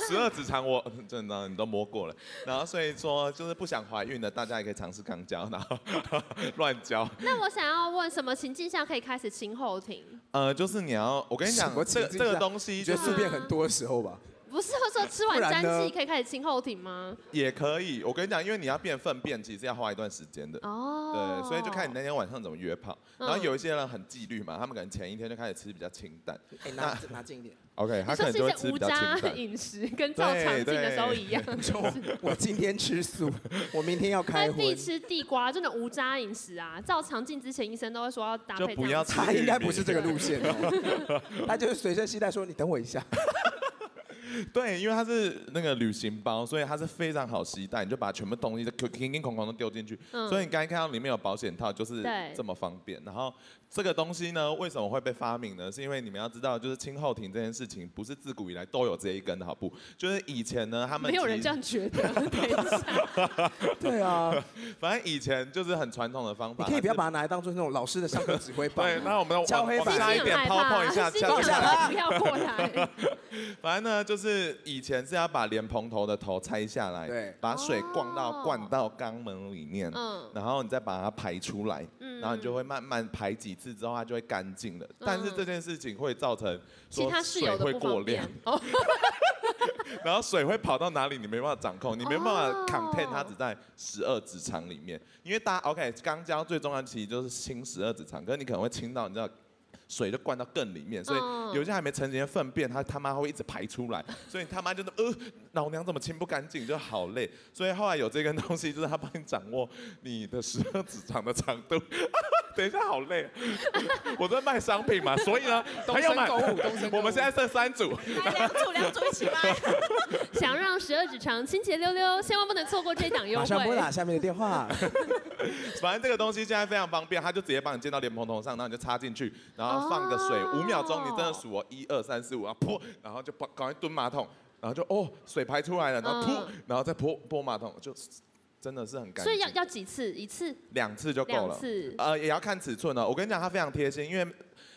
[SPEAKER 4] 十二指肠我真的你都摸过了，然后所以说就是不想怀孕的大家也可以尝试钢胶，然后 [LAUGHS] 乱交，
[SPEAKER 1] 那我想要问，什么情境下可以开始亲后庭？
[SPEAKER 4] 呃，就是你要我跟你讲
[SPEAKER 2] 什么，
[SPEAKER 4] 这个
[SPEAKER 2] 情境
[SPEAKER 4] 这个
[SPEAKER 2] 下
[SPEAKER 4] 东西
[SPEAKER 2] 你觉
[SPEAKER 4] 就
[SPEAKER 2] 得
[SPEAKER 4] 是
[SPEAKER 2] 宿便很多的时候吧？
[SPEAKER 1] 不是，我说吃完
[SPEAKER 2] 不然
[SPEAKER 1] 沾
[SPEAKER 2] 呢
[SPEAKER 1] 剂可以开始亲后庭吗？
[SPEAKER 4] 也可以，我跟你讲，因为你要变粪便，其实要花一段时间的。
[SPEAKER 1] 哦
[SPEAKER 4] 对，，所以就看你那天晚上怎么约炮。
[SPEAKER 1] 嗯
[SPEAKER 4] 然后有一些人很纪律嘛，他们可能前一天就开始吃比较清淡。
[SPEAKER 2] 哎，拿拿近一 [LAUGHS] 点。
[SPEAKER 4] OK，他
[SPEAKER 1] 你说
[SPEAKER 4] 可能
[SPEAKER 1] 是
[SPEAKER 4] 就
[SPEAKER 1] 一
[SPEAKER 4] 会
[SPEAKER 1] 些
[SPEAKER 4] 吃
[SPEAKER 1] 无
[SPEAKER 4] 比较
[SPEAKER 1] 渣
[SPEAKER 4] 清淡。
[SPEAKER 1] 饮食，跟照常进的时候一样。
[SPEAKER 2] 就我今天吃素，我明天要开
[SPEAKER 1] 但必
[SPEAKER 2] 荤。
[SPEAKER 1] 吃地瓜，真的无渣饮食啊！照常进之前，医生都会说要搭
[SPEAKER 4] 就
[SPEAKER 1] 配
[SPEAKER 4] 不
[SPEAKER 1] 这
[SPEAKER 4] 要
[SPEAKER 1] 样子。
[SPEAKER 4] 吃
[SPEAKER 2] 他应该不是这个
[SPEAKER 1] 玉米
[SPEAKER 2] 路线哦， [LAUGHS] 他就是随身携带说你等我一
[SPEAKER 4] [LAUGHS]
[SPEAKER 2] 下，
[SPEAKER 4] 对，因为它是那个旅行包，所以它是非常好携带，你就把全部东西都叮叮哐哐都丢进去。
[SPEAKER 1] 嗯
[SPEAKER 4] 所以你刚才看到里面有保险套，就是
[SPEAKER 1] 对
[SPEAKER 4] 这么方便。然后这个东西呢，为什么会被发明呢？是因为你们要知道，就是清后庭这件事情不是自古以来都有这一根的好不？就是以前呢，他们
[SPEAKER 1] 没有
[SPEAKER 4] 其
[SPEAKER 1] 人
[SPEAKER 4] 实
[SPEAKER 1] 这样觉得。 [LAUGHS] 等一
[SPEAKER 4] [LAUGHS]
[SPEAKER 1] 下，
[SPEAKER 2] 对啊，
[SPEAKER 4] 反正以前就是很传统的方
[SPEAKER 2] 你
[SPEAKER 4] 法。
[SPEAKER 2] 可以不要
[SPEAKER 4] 它
[SPEAKER 2] 把它拿来当做那种老师的上课指挥
[SPEAKER 4] [LAUGHS] 是
[SPEAKER 2] 棒吗。啊
[SPEAKER 4] 对，那我们要
[SPEAKER 2] 敲
[SPEAKER 4] 往
[SPEAKER 2] 黑
[SPEAKER 4] 往
[SPEAKER 2] 板
[SPEAKER 4] 下一
[SPEAKER 1] 心里
[SPEAKER 4] 点
[SPEAKER 1] 很害
[SPEAKER 4] 抛
[SPEAKER 1] 怕
[SPEAKER 4] 碰一
[SPEAKER 1] [LAUGHS]
[SPEAKER 4] 下，
[SPEAKER 1] 心
[SPEAKER 4] 敲
[SPEAKER 1] 里
[SPEAKER 2] [LAUGHS]
[SPEAKER 4] 一
[SPEAKER 1] 想
[SPEAKER 4] 下。
[SPEAKER 1] 说不要过
[SPEAKER 4] [LAUGHS]
[SPEAKER 1] 来。
[SPEAKER 4] 反正呢，就是以前是要把莲蓬头的头拆下来，
[SPEAKER 2] 对
[SPEAKER 4] 把水灌
[SPEAKER 1] 哦
[SPEAKER 4] 到灌到肛门里面，
[SPEAKER 1] 嗯
[SPEAKER 4] 然后你再把它排出来，
[SPEAKER 1] 嗯
[SPEAKER 4] 然后你就会慢慢排几次之后，它就会干净了。但是这件事情会造成
[SPEAKER 1] 嗯其
[SPEAKER 4] 说
[SPEAKER 1] 他室
[SPEAKER 4] 水
[SPEAKER 1] 友
[SPEAKER 4] 会
[SPEAKER 1] 的不
[SPEAKER 4] 过
[SPEAKER 1] 方便
[SPEAKER 4] 量，。
[SPEAKER 1] 哦，
[SPEAKER 4] 然后水会跑到哪里，你没办法掌控，你没办
[SPEAKER 1] 哦
[SPEAKER 4] 法 contain 它只在十二指肠里面，因为大家 OK，肛交最重要其实就是清十二指肠，可是你可能会清到你知道。水就灌到更里面，所
[SPEAKER 1] 嗯
[SPEAKER 4] 以有些还没成年的粪便，它他妈会一直排出来，所以你他妈就是呃，老娘怎么清不干净，就好累。所以后来有这根东西，就是它帮你掌握你的十二指肠的长度。 [LAUGHS] 等一下，好累，啊我在卖商品嘛，所以呢，
[SPEAKER 7] 东
[SPEAKER 4] 朋友
[SPEAKER 7] 升
[SPEAKER 4] 们
[SPEAKER 7] 狗，舞，东升狗舞。
[SPEAKER 4] 我们现在剩三组，
[SPEAKER 6] 来两组两组一起卖。
[SPEAKER 1] 想让十二指肠清洁溜溜，千万不能错过这档优
[SPEAKER 2] 马上拨
[SPEAKER 1] 惠。
[SPEAKER 2] 打下面的电话，
[SPEAKER 4] [LAUGHS] 反正这个东西现在非常方便，它就直接帮你接到莲蓬头上，然后你就插进去，然后放个水
[SPEAKER 1] 哦
[SPEAKER 4] 五、秒钟，你真的数我哦一二三四五，然后噗，然后就把赶快蹲马桶，然后就哦水排出来了，然后噗，
[SPEAKER 1] 嗯
[SPEAKER 4] 然后再泼泼马桶，就真的是很干
[SPEAKER 1] 所以，
[SPEAKER 4] 净
[SPEAKER 1] 要要几次？一次、
[SPEAKER 4] 两次就够
[SPEAKER 1] 两
[SPEAKER 4] 了。
[SPEAKER 1] 次。
[SPEAKER 4] 呃，也要看尺寸哦。我跟你讲，它非常贴心，因为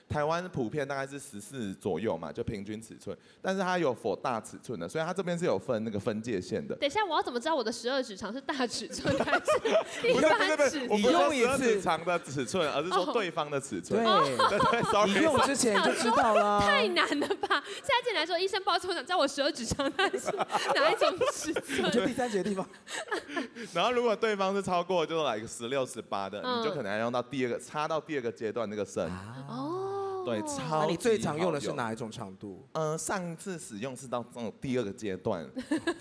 [SPEAKER 4] 台湾普遍大概是十四左右嘛，就平均尺寸，但是它有否大尺寸的，所以它这边是有分那个分界线的。
[SPEAKER 1] 等一下，我要怎么知道我的十二指肠是大尺寸还是一
[SPEAKER 4] [LAUGHS] 不是不是
[SPEAKER 1] 般
[SPEAKER 4] 不
[SPEAKER 1] 尺
[SPEAKER 4] 是，
[SPEAKER 1] 寸
[SPEAKER 4] 我？不是说
[SPEAKER 2] 你用一
[SPEAKER 4] 十二
[SPEAKER 2] 次
[SPEAKER 4] 指长的尺寸，而是
[SPEAKER 1] 哦
[SPEAKER 4] 说 [LAUGHS] 对方的尺寸。
[SPEAKER 2] 对，
[SPEAKER 4] 对 [LAUGHS] 对
[SPEAKER 2] 你
[SPEAKER 4] ，sorry，
[SPEAKER 2] 用之前就知道
[SPEAKER 4] [LAUGHS]
[SPEAKER 2] 啦。
[SPEAKER 1] 太难了吧！下进来说，医生抱歉，我想知道我十二指肠它是哪一种尺
[SPEAKER 2] 你就
[SPEAKER 1] 寸？
[SPEAKER 2] 第三节的地方，
[SPEAKER 4] 然后如果对方是超过就是来个十六、十八的，
[SPEAKER 1] 嗯
[SPEAKER 4] 啊你就可能要用到第二个插到第二个阶段那个绳。
[SPEAKER 1] 哦，
[SPEAKER 4] 对，超
[SPEAKER 2] [LAUGHS] 那
[SPEAKER 4] 级
[SPEAKER 2] 你最常用的
[SPEAKER 4] 好
[SPEAKER 2] 是哪一种长度？
[SPEAKER 4] 呃，上一次使用是到这种第二个阶
[SPEAKER 2] [LAUGHS]
[SPEAKER 4] 段，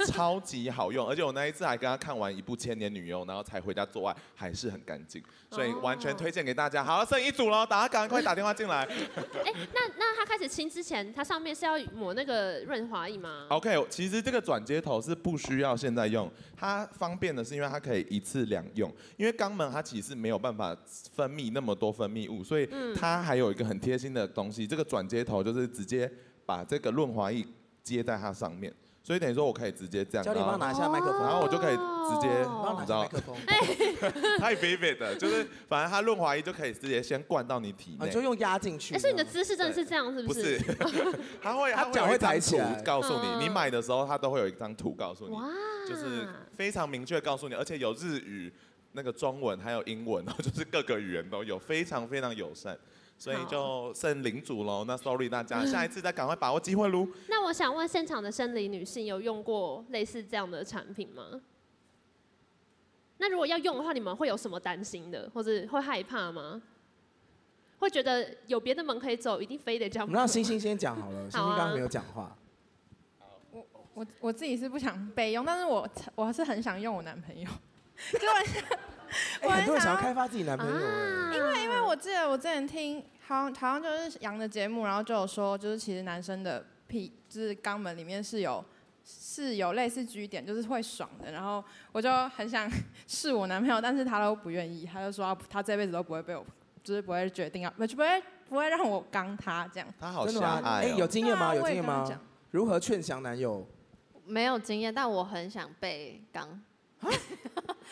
[SPEAKER 4] 超级好用，而且我那一次还跟他看完一部《千年女优》，然后才回家做爱，还是很干净，所
[SPEAKER 2] 哦
[SPEAKER 4] 以完全推荐给大家。好，剩一组喽，大家赶快打电话进来。
[SPEAKER 1] 哎、那那他开始亲之前，他上面是要抹那个润滑液吗？
[SPEAKER 2] 哦
[SPEAKER 4] OK，其实这个转接头是不需要现在用，它方便的是因为它可以一次两用，因为肛门它其实没有办法分泌那么多分泌物，所以它还有一个很贴心的东西，这个转接头就是直接把这个润滑液接在它上面，所以等于说我可以直接这样，
[SPEAKER 2] 教练
[SPEAKER 4] 然
[SPEAKER 2] 帮我拿
[SPEAKER 4] 后
[SPEAKER 2] 一下麦克风，
[SPEAKER 4] 然后我就可以直接
[SPEAKER 2] 帮我拿
[SPEAKER 4] 你
[SPEAKER 2] 一
[SPEAKER 4] 知
[SPEAKER 2] 下
[SPEAKER 4] 道
[SPEAKER 2] 麦克
[SPEAKER 4] [LAUGHS]
[SPEAKER 2] 风，啊
[SPEAKER 4] 太 vivid 了，就是反正它润滑液就可以直接先灌到你体
[SPEAKER 2] 啊，
[SPEAKER 4] 内
[SPEAKER 2] 你就。用压进去。
[SPEAKER 1] 哎、所以你的姿势真的是这样，是
[SPEAKER 4] 不
[SPEAKER 1] 是
[SPEAKER 4] 是？， [LAUGHS] 它会
[SPEAKER 2] 它
[SPEAKER 4] 它
[SPEAKER 2] 脚
[SPEAKER 4] 有
[SPEAKER 2] 会
[SPEAKER 4] 一张
[SPEAKER 2] 抬起
[SPEAKER 4] 图
[SPEAKER 2] 来
[SPEAKER 4] 告诉
[SPEAKER 1] 嗯
[SPEAKER 4] 你，你买的时候它都会有一张图告诉你。
[SPEAKER 1] 哇，
[SPEAKER 4] 就是非常明确告诉你，而且有日语、那个中文还有英文，然后就是各个语言都有，非常非常友善。所以就剩领主喽，那 sorry 大
[SPEAKER 1] 嗯
[SPEAKER 4] 家，下一次再赶快把握机会喽。
[SPEAKER 1] 那我想问，现场的生理女性有用过类似这样的产品吗？那如果要用的话，你们会有什么担心的，或者会害怕吗？会觉得有别的门可以走，一定非得这样
[SPEAKER 2] 我
[SPEAKER 1] 吗？
[SPEAKER 2] 们让星星先讲好了，星星
[SPEAKER 1] 好啊
[SPEAKER 2] 刚刚没有讲话。
[SPEAKER 5] 我我自己是不想备用，但是我我是很想用我男朋友， [LAUGHS] 就我
[SPEAKER 2] 哎，
[SPEAKER 5] 我很
[SPEAKER 2] 很多人想要
[SPEAKER 5] 想要
[SPEAKER 2] 开发自己男朋友哎。
[SPEAKER 4] 啊
[SPEAKER 1] 因为因为
[SPEAKER 5] 因为我记得我之前听好像好像就是杨的节目，然后就有说，就是其实男生的屁就是肛门里面是有是有类似 G 点，就是会爽的。然后我就很想 [LAUGHS] 试我男朋友，但是他都不愿意，他就说啊他他这辈子都不会被我，就是不会决定要，不不会不会让我刚他这样。
[SPEAKER 4] 他好
[SPEAKER 2] 真的吗？
[SPEAKER 4] 狭隘
[SPEAKER 2] 哎，有
[SPEAKER 4] 哦，
[SPEAKER 2] 经验吗？
[SPEAKER 5] 对啊
[SPEAKER 2] 有
[SPEAKER 5] 我也
[SPEAKER 2] 经验
[SPEAKER 5] 跟他
[SPEAKER 2] 吗
[SPEAKER 5] 讲？
[SPEAKER 2] 如何劝降男友？
[SPEAKER 3] 没有经验，但我很想被刚。 [LAUGHS]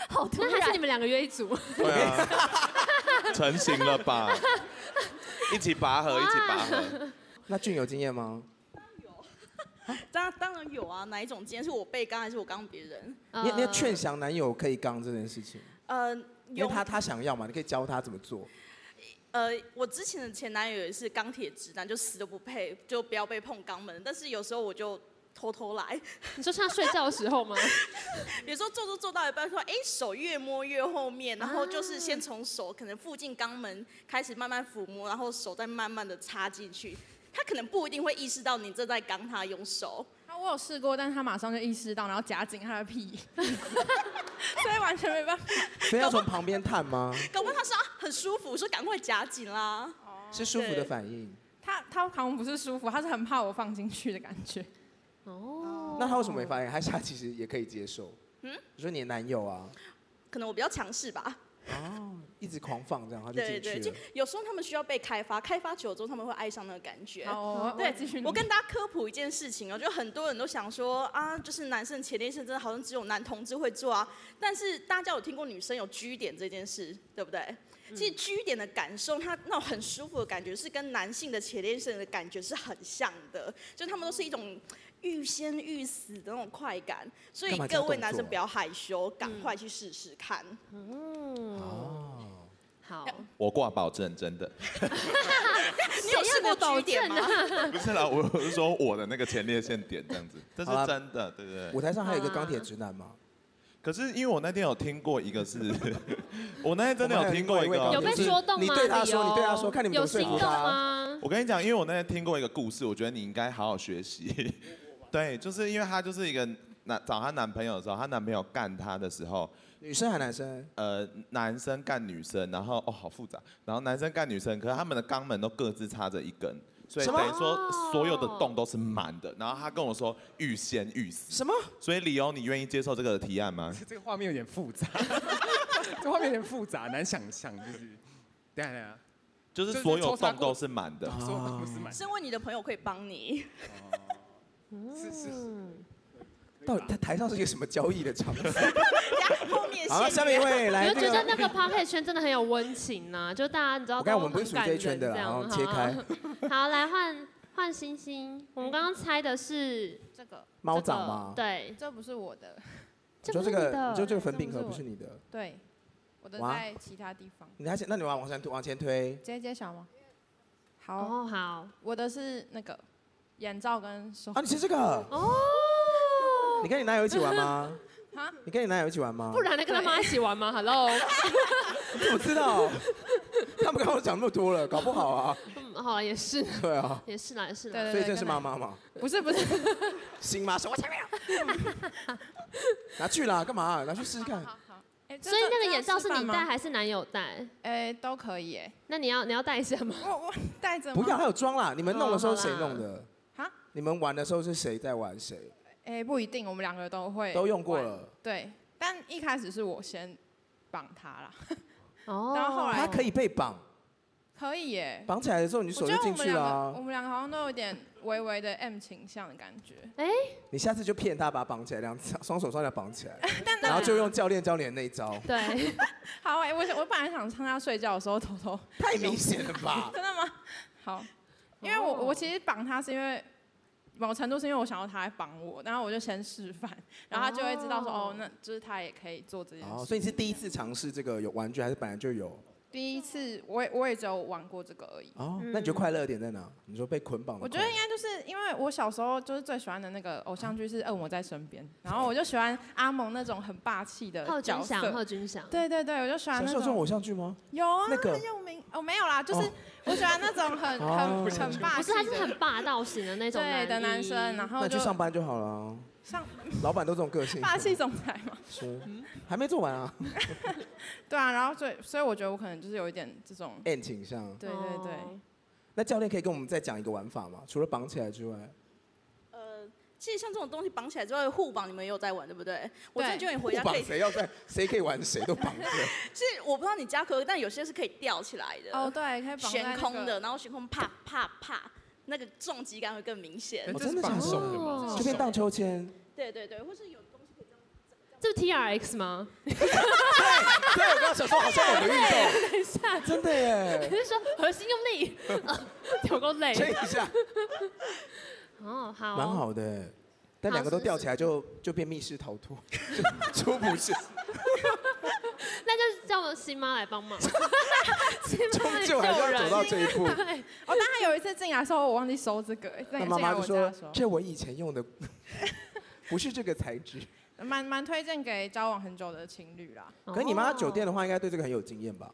[SPEAKER 3] 好突
[SPEAKER 1] 那还是
[SPEAKER 3] 然
[SPEAKER 1] 你，们两个约一组，
[SPEAKER 4] 对
[SPEAKER 2] [LAUGHS]
[SPEAKER 4] 啊，成型了吧？一起拔河，一起拔河。
[SPEAKER 2] 那俊有经验吗？
[SPEAKER 6] [LAUGHS] 当然当然有啊，哪一种今天是我被刚还是我刚别人？
[SPEAKER 1] 呃
[SPEAKER 2] 你你要劝降男友可以刚这件事情，
[SPEAKER 6] 呃，
[SPEAKER 2] 因
[SPEAKER 6] 有
[SPEAKER 2] 为他他想要嘛，你可以教他怎么做。
[SPEAKER 6] 呃，我之前的前男友也是钢铁直男，就死都不配，就不要被碰肛门。但是有时候我就偷偷来，
[SPEAKER 1] 你说像睡觉的时候
[SPEAKER 6] [LAUGHS]
[SPEAKER 1] 吗？
[SPEAKER 6] 有时候做做做到一半说，哎、手越摸越后面，然后就是先从手可能附近肛门开始慢慢抚摸，然后手再慢慢的插进去。他可能不一定会意识到你正在刚他用手，
[SPEAKER 5] 他我有试过，但是他马上就意识到，然后夹紧他
[SPEAKER 1] [LAUGHS]
[SPEAKER 5] 的屁，所以完全没办法。
[SPEAKER 2] 所以要从旁边探吗？
[SPEAKER 6] 搞不好他说、啊、很舒服，我说赶快夹紧啦。
[SPEAKER 2] 是舒服的
[SPEAKER 6] 对
[SPEAKER 2] 反应。
[SPEAKER 5] 他他好像不是舒服，他是很怕我放进去的感觉。
[SPEAKER 1] 哦，
[SPEAKER 2] 那他为什么没发现？还是他其实也可以接受？嗯，你说你的男友啊，
[SPEAKER 6] 可能我比较强势吧，
[SPEAKER 2] 哦，一直狂放这样，他就
[SPEAKER 6] 对
[SPEAKER 2] 进
[SPEAKER 6] 对，
[SPEAKER 2] 去
[SPEAKER 6] 就
[SPEAKER 2] 了。
[SPEAKER 6] 有时候他们需要被开发，开发久了之后他们会爱上那个感觉。
[SPEAKER 5] 好，
[SPEAKER 1] 哦
[SPEAKER 5] 我
[SPEAKER 6] 对
[SPEAKER 5] 我继续。
[SPEAKER 6] 我跟大家科普一件事情哦，就很多人都想说啊，就是男生前列腺真的好像只有男同志会做啊，但是大家有听过女生有 G 点这件事，对不对？其实 G 点的感受，它那种很舒服的感觉，是跟男性的前列腺的感觉是很像的，就他们都是一种欲仙欲死的那种快感。所以
[SPEAKER 2] 干嘛这
[SPEAKER 6] 各
[SPEAKER 2] 样
[SPEAKER 6] 位
[SPEAKER 2] 动
[SPEAKER 6] 男生
[SPEAKER 2] 作啊
[SPEAKER 6] 不要害羞，赶快去试试看。
[SPEAKER 2] 哦，
[SPEAKER 1] 嗯好，
[SPEAKER 4] 我挂保证，
[SPEAKER 1] [LAUGHS]
[SPEAKER 4] 真的
[SPEAKER 6] 呃你有试
[SPEAKER 1] 谁要的
[SPEAKER 6] 过
[SPEAKER 1] 保
[SPEAKER 6] G 点
[SPEAKER 1] 证
[SPEAKER 6] 吗？
[SPEAKER 4] 不是啦，我我是说我的那个前列腺点这样子，这是
[SPEAKER 2] 好啦
[SPEAKER 4] 真的，对对对。
[SPEAKER 2] 舞台上还有一个
[SPEAKER 1] 啊
[SPEAKER 2] 钢铁直男嘛，
[SPEAKER 4] 可是因为我那天有听过一个是， [LAUGHS] 我那天真的有听过一个
[SPEAKER 2] 我
[SPEAKER 1] 有被
[SPEAKER 2] 们还另外一位钢铁直
[SPEAKER 1] 说动吗？
[SPEAKER 2] 啊你对他说，
[SPEAKER 1] 理由
[SPEAKER 2] 你对他说，看你们怎
[SPEAKER 1] 有
[SPEAKER 2] 么说
[SPEAKER 1] 心
[SPEAKER 2] 服
[SPEAKER 1] 动
[SPEAKER 2] 他。
[SPEAKER 1] 吗？
[SPEAKER 4] 我跟你讲，因为我那天听过一个故事，我觉得你应该好好学习。 [LAUGHS] 对，就是因为她就是一个男找她男朋友的时候，她男朋友干她的时候，
[SPEAKER 2] 女生还男生？
[SPEAKER 4] 呃，男生干女生，然后哦好复杂，然后男生干女生，可是他们的肛门都各自插着一根，所以
[SPEAKER 2] 什么
[SPEAKER 4] 等于说所有的
[SPEAKER 1] 哦
[SPEAKER 4] 洞都是满的。然后她跟我说欲仙欲死，
[SPEAKER 2] 什么？
[SPEAKER 4] 所以理由你愿意接受这个提案吗？
[SPEAKER 7] 这 [LAUGHS] 个画面有点复杂， [LAUGHS] 这画面有点复杂，难想象，就是。等一下等一下，
[SPEAKER 4] 就是所有洞都是满的。
[SPEAKER 7] 啊说
[SPEAKER 1] 哦
[SPEAKER 7] 不是蛮
[SPEAKER 6] 身为你的朋友可以帮你。 [LAUGHS]
[SPEAKER 1] 嗯
[SPEAKER 7] 是是是
[SPEAKER 2] 到底他台上是一个什么交易的场景？
[SPEAKER 6] 后面
[SPEAKER 2] 好了，
[SPEAKER 6] 先
[SPEAKER 2] 下面一位来
[SPEAKER 1] 我
[SPEAKER 2] 那
[SPEAKER 1] 就觉得
[SPEAKER 2] 哎个。
[SPEAKER 1] 那个 p o c k e t 圈真的很有温情呐、就大家你知道，
[SPEAKER 2] 我看我们不是属于
[SPEAKER 1] 感
[SPEAKER 2] 这一
[SPEAKER 1] 人
[SPEAKER 2] 圈的啦，
[SPEAKER 1] 这样
[SPEAKER 2] 然后切开
[SPEAKER 1] 好，好来换换星星。我们刚刚猜的是
[SPEAKER 5] 这个
[SPEAKER 2] 猫
[SPEAKER 1] 这个
[SPEAKER 2] 掌嘛。
[SPEAKER 1] 对，
[SPEAKER 5] 这不是我的，
[SPEAKER 2] 你说
[SPEAKER 1] 不
[SPEAKER 2] 这
[SPEAKER 1] 是你
[SPEAKER 2] 个，
[SPEAKER 1] 的
[SPEAKER 2] 你说这个粉饼
[SPEAKER 5] 这
[SPEAKER 2] 盒
[SPEAKER 5] 不
[SPEAKER 2] 不是
[SPEAKER 5] 是我
[SPEAKER 2] 你的，
[SPEAKER 5] 对，我的
[SPEAKER 2] 哇
[SPEAKER 5] 在其他地方。
[SPEAKER 2] 你还想？那你往往前推，往前推。
[SPEAKER 5] 接揭晓吗？好，
[SPEAKER 1] 哦好
[SPEAKER 5] 我的是那个眼罩跟手
[SPEAKER 2] 啊，你吃这个？
[SPEAKER 1] 哦，
[SPEAKER 2] 你跟你男友一起玩吗？
[SPEAKER 5] [LAUGHS] 啊
[SPEAKER 2] 你跟你男友一起玩吗？
[SPEAKER 1] 不然呢？跟他妈一起玩吗？Hello，
[SPEAKER 2] 你怎么知道？他他们刚刚讲那么多了，搞不好啊，
[SPEAKER 1] 嗯，好了，也是，
[SPEAKER 2] 对啊，
[SPEAKER 1] 也是啦，也是啦。
[SPEAKER 5] 对对
[SPEAKER 2] 所以这是妈妈嘛，
[SPEAKER 5] 不
[SPEAKER 1] [LAUGHS]
[SPEAKER 5] 是不是，
[SPEAKER 2] 新妈手我前面，拿去啦，干嘛？拿去试试看。
[SPEAKER 5] 哎这
[SPEAKER 1] 所以那
[SPEAKER 5] 这
[SPEAKER 1] 个
[SPEAKER 5] 要
[SPEAKER 1] 眼罩
[SPEAKER 5] 示
[SPEAKER 1] 是
[SPEAKER 5] 范
[SPEAKER 1] 你
[SPEAKER 5] 吗
[SPEAKER 1] 戴还是男友戴？
[SPEAKER 5] 哎，都可以哎，
[SPEAKER 1] 那你要你要戴一下吗？
[SPEAKER 5] 我我戴着吗
[SPEAKER 2] 不要，还有妆啦！你们弄的时候谁
[SPEAKER 1] 哦好啦
[SPEAKER 2] 弄的？
[SPEAKER 5] 哈，
[SPEAKER 2] 你们玩的时候是谁在玩谁？
[SPEAKER 5] 哎，不一定，我们两个都会
[SPEAKER 2] 都用过
[SPEAKER 5] 玩，
[SPEAKER 2] 了。
[SPEAKER 5] 对，但一开始是我先绑它啦，
[SPEAKER 1] 哦
[SPEAKER 5] 然后后来
[SPEAKER 2] 它可以被绑，
[SPEAKER 5] 可以耶。
[SPEAKER 2] 绑起来的时候你
[SPEAKER 5] 我
[SPEAKER 2] 手就
[SPEAKER 5] 觉得我
[SPEAKER 2] 进
[SPEAKER 5] 们
[SPEAKER 2] 去
[SPEAKER 5] 两
[SPEAKER 2] 了
[SPEAKER 5] 个，我
[SPEAKER 2] 啊。
[SPEAKER 5] 们两个好像都有点微微的 M 倾向的感觉。
[SPEAKER 2] 你下次就骗他把它绑起来，两双手双脚绑起来，
[SPEAKER 5] [LAUGHS] 但
[SPEAKER 2] 然
[SPEAKER 5] 那
[SPEAKER 2] 后就用教练教练那一
[SPEAKER 5] [LAUGHS]
[SPEAKER 2] 招，
[SPEAKER 1] 对，
[SPEAKER 5] 好哎，我想我本来想趁他睡觉的时候偷 [LAUGHS] 偷
[SPEAKER 2] 太明显了吧？
[SPEAKER 5] 真的吗？好，因为我、
[SPEAKER 2] 哦
[SPEAKER 5] 我其实绑他是因为某程度是因为我想要他来绑我，然后我就先示
[SPEAKER 2] [LAUGHS]
[SPEAKER 5] 范，然后他就会知道说
[SPEAKER 1] 哦
[SPEAKER 5] 哦，那就是他也可以做这件事。
[SPEAKER 2] 哦，所以你是第一次尝试这个有玩具，还是本来就有？
[SPEAKER 5] 第一次我也我也只有玩过这个而已。
[SPEAKER 2] 哦，
[SPEAKER 1] 嗯
[SPEAKER 2] 那你觉得快乐的点在哪？你说被捆绑的快乐？
[SPEAKER 5] 我觉得应该就是因为我小时候就是最喜欢的那个偶像剧是《恶魔在身边》，然后我就喜欢阿蒙那种很霸气
[SPEAKER 1] [LAUGHS]
[SPEAKER 5] 的
[SPEAKER 1] 贺
[SPEAKER 5] 角
[SPEAKER 1] 军翔，
[SPEAKER 5] 色。
[SPEAKER 1] 贺军翔，
[SPEAKER 5] 对对对，我就喜欢
[SPEAKER 2] 小时候
[SPEAKER 5] 那
[SPEAKER 2] 这种
[SPEAKER 5] 种
[SPEAKER 2] 偶像剧吗？
[SPEAKER 5] 有啊，
[SPEAKER 2] 那个
[SPEAKER 5] 很有名哦，没有啦，就是
[SPEAKER 2] 哦
[SPEAKER 5] 我喜欢那种
[SPEAKER 2] [LAUGHS]
[SPEAKER 5] 很
[SPEAKER 2] 哦
[SPEAKER 5] 很很霸
[SPEAKER 1] 不
[SPEAKER 5] 气
[SPEAKER 1] 是，他是很霸道型的那种
[SPEAKER 5] 对的男
[SPEAKER 1] 一哦
[SPEAKER 5] 生，然后
[SPEAKER 2] 那你
[SPEAKER 5] 就
[SPEAKER 2] 去上班就好了啊。
[SPEAKER 5] 上
[SPEAKER 2] 老板都这种个性，啊
[SPEAKER 5] 霸气总裁嘛，
[SPEAKER 2] 是还没做完啊
[SPEAKER 5] 对啊，然后所以所以我觉得我可能就是有一点这种，
[SPEAKER 2] ，N 倾向。
[SPEAKER 5] 对对对，
[SPEAKER 1] 哦
[SPEAKER 2] 那教练可以跟我们再讲一个玩法吗？除了绑起来之外，
[SPEAKER 6] 呃，其实像这种东西绑起来之外，护绑你们也有在玩，对不对？我真的觉得你
[SPEAKER 2] 不
[SPEAKER 6] 回家可
[SPEAKER 2] 绑
[SPEAKER 6] 以，
[SPEAKER 2] 谁要在谁可以玩谁都绑着。
[SPEAKER 6] 是我不知道你家可不可以，但有些是可以吊起来的，
[SPEAKER 5] 哦对，可以绑在那
[SPEAKER 6] 悬
[SPEAKER 5] 个
[SPEAKER 6] 空的，，然后悬空啪啪啪，那个重击感会更明
[SPEAKER 2] [LAUGHS]
[SPEAKER 6] 显
[SPEAKER 2] 哦。
[SPEAKER 7] 这
[SPEAKER 2] 真
[SPEAKER 7] 是
[SPEAKER 2] 的假
[SPEAKER 7] 绑
[SPEAKER 2] 的
[SPEAKER 7] 手的吗？
[SPEAKER 1] 哦
[SPEAKER 2] 这边荡秋 [LAUGHS] 千，
[SPEAKER 6] 对对对，或是有东西可以这样。
[SPEAKER 1] 这是 T R X
[SPEAKER 5] [LAUGHS]
[SPEAKER 1] 吗？
[SPEAKER 2] 对对，我刚刚想说好像有个运动，
[SPEAKER 1] 等一下，
[SPEAKER 2] 真的
[SPEAKER 1] 你
[SPEAKER 2] [LAUGHS] 耶，
[SPEAKER 1] 是说核心用
[SPEAKER 5] [LAUGHS]
[SPEAKER 1] 力？啊有够累。
[SPEAKER 2] 吹一下，
[SPEAKER 1] 哦，好，
[SPEAKER 2] 蛮。好的。但两个都吊起来就就变密室逃脱， [LAUGHS] 就出不是，
[SPEAKER 1] 那就是叫我新妈来帮
[SPEAKER 5] [LAUGHS]
[SPEAKER 1] 忙。新
[SPEAKER 2] [LAUGHS]
[SPEAKER 1] 妈来
[SPEAKER 2] 终究还是要走到
[SPEAKER 1] 人。
[SPEAKER 2] 这一步。
[SPEAKER 1] 对，
[SPEAKER 5] 哦，但他有一次进来的时候我忘记收这个，哎在
[SPEAKER 2] 那
[SPEAKER 5] 进
[SPEAKER 2] 妈妈
[SPEAKER 5] 来
[SPEAKER 2] 就
[SPEAKER 5] 我家的时
[SPEAKER 2] 说
[SPEAKER 5] 候：“，
[SPEAKER 2] 这我以前用的 [LAUGHS] 不是这个材质。
[SPEAKER 5] 蛮蛮推荐给交往很久的情侣啦，”
[SPEAKER 3] 哦
[SPEAKER 2] 可是你妈
[SPEAKER 1] 哦
[SPEAKER 2] 酒店的话，应该对这个很有经验吧？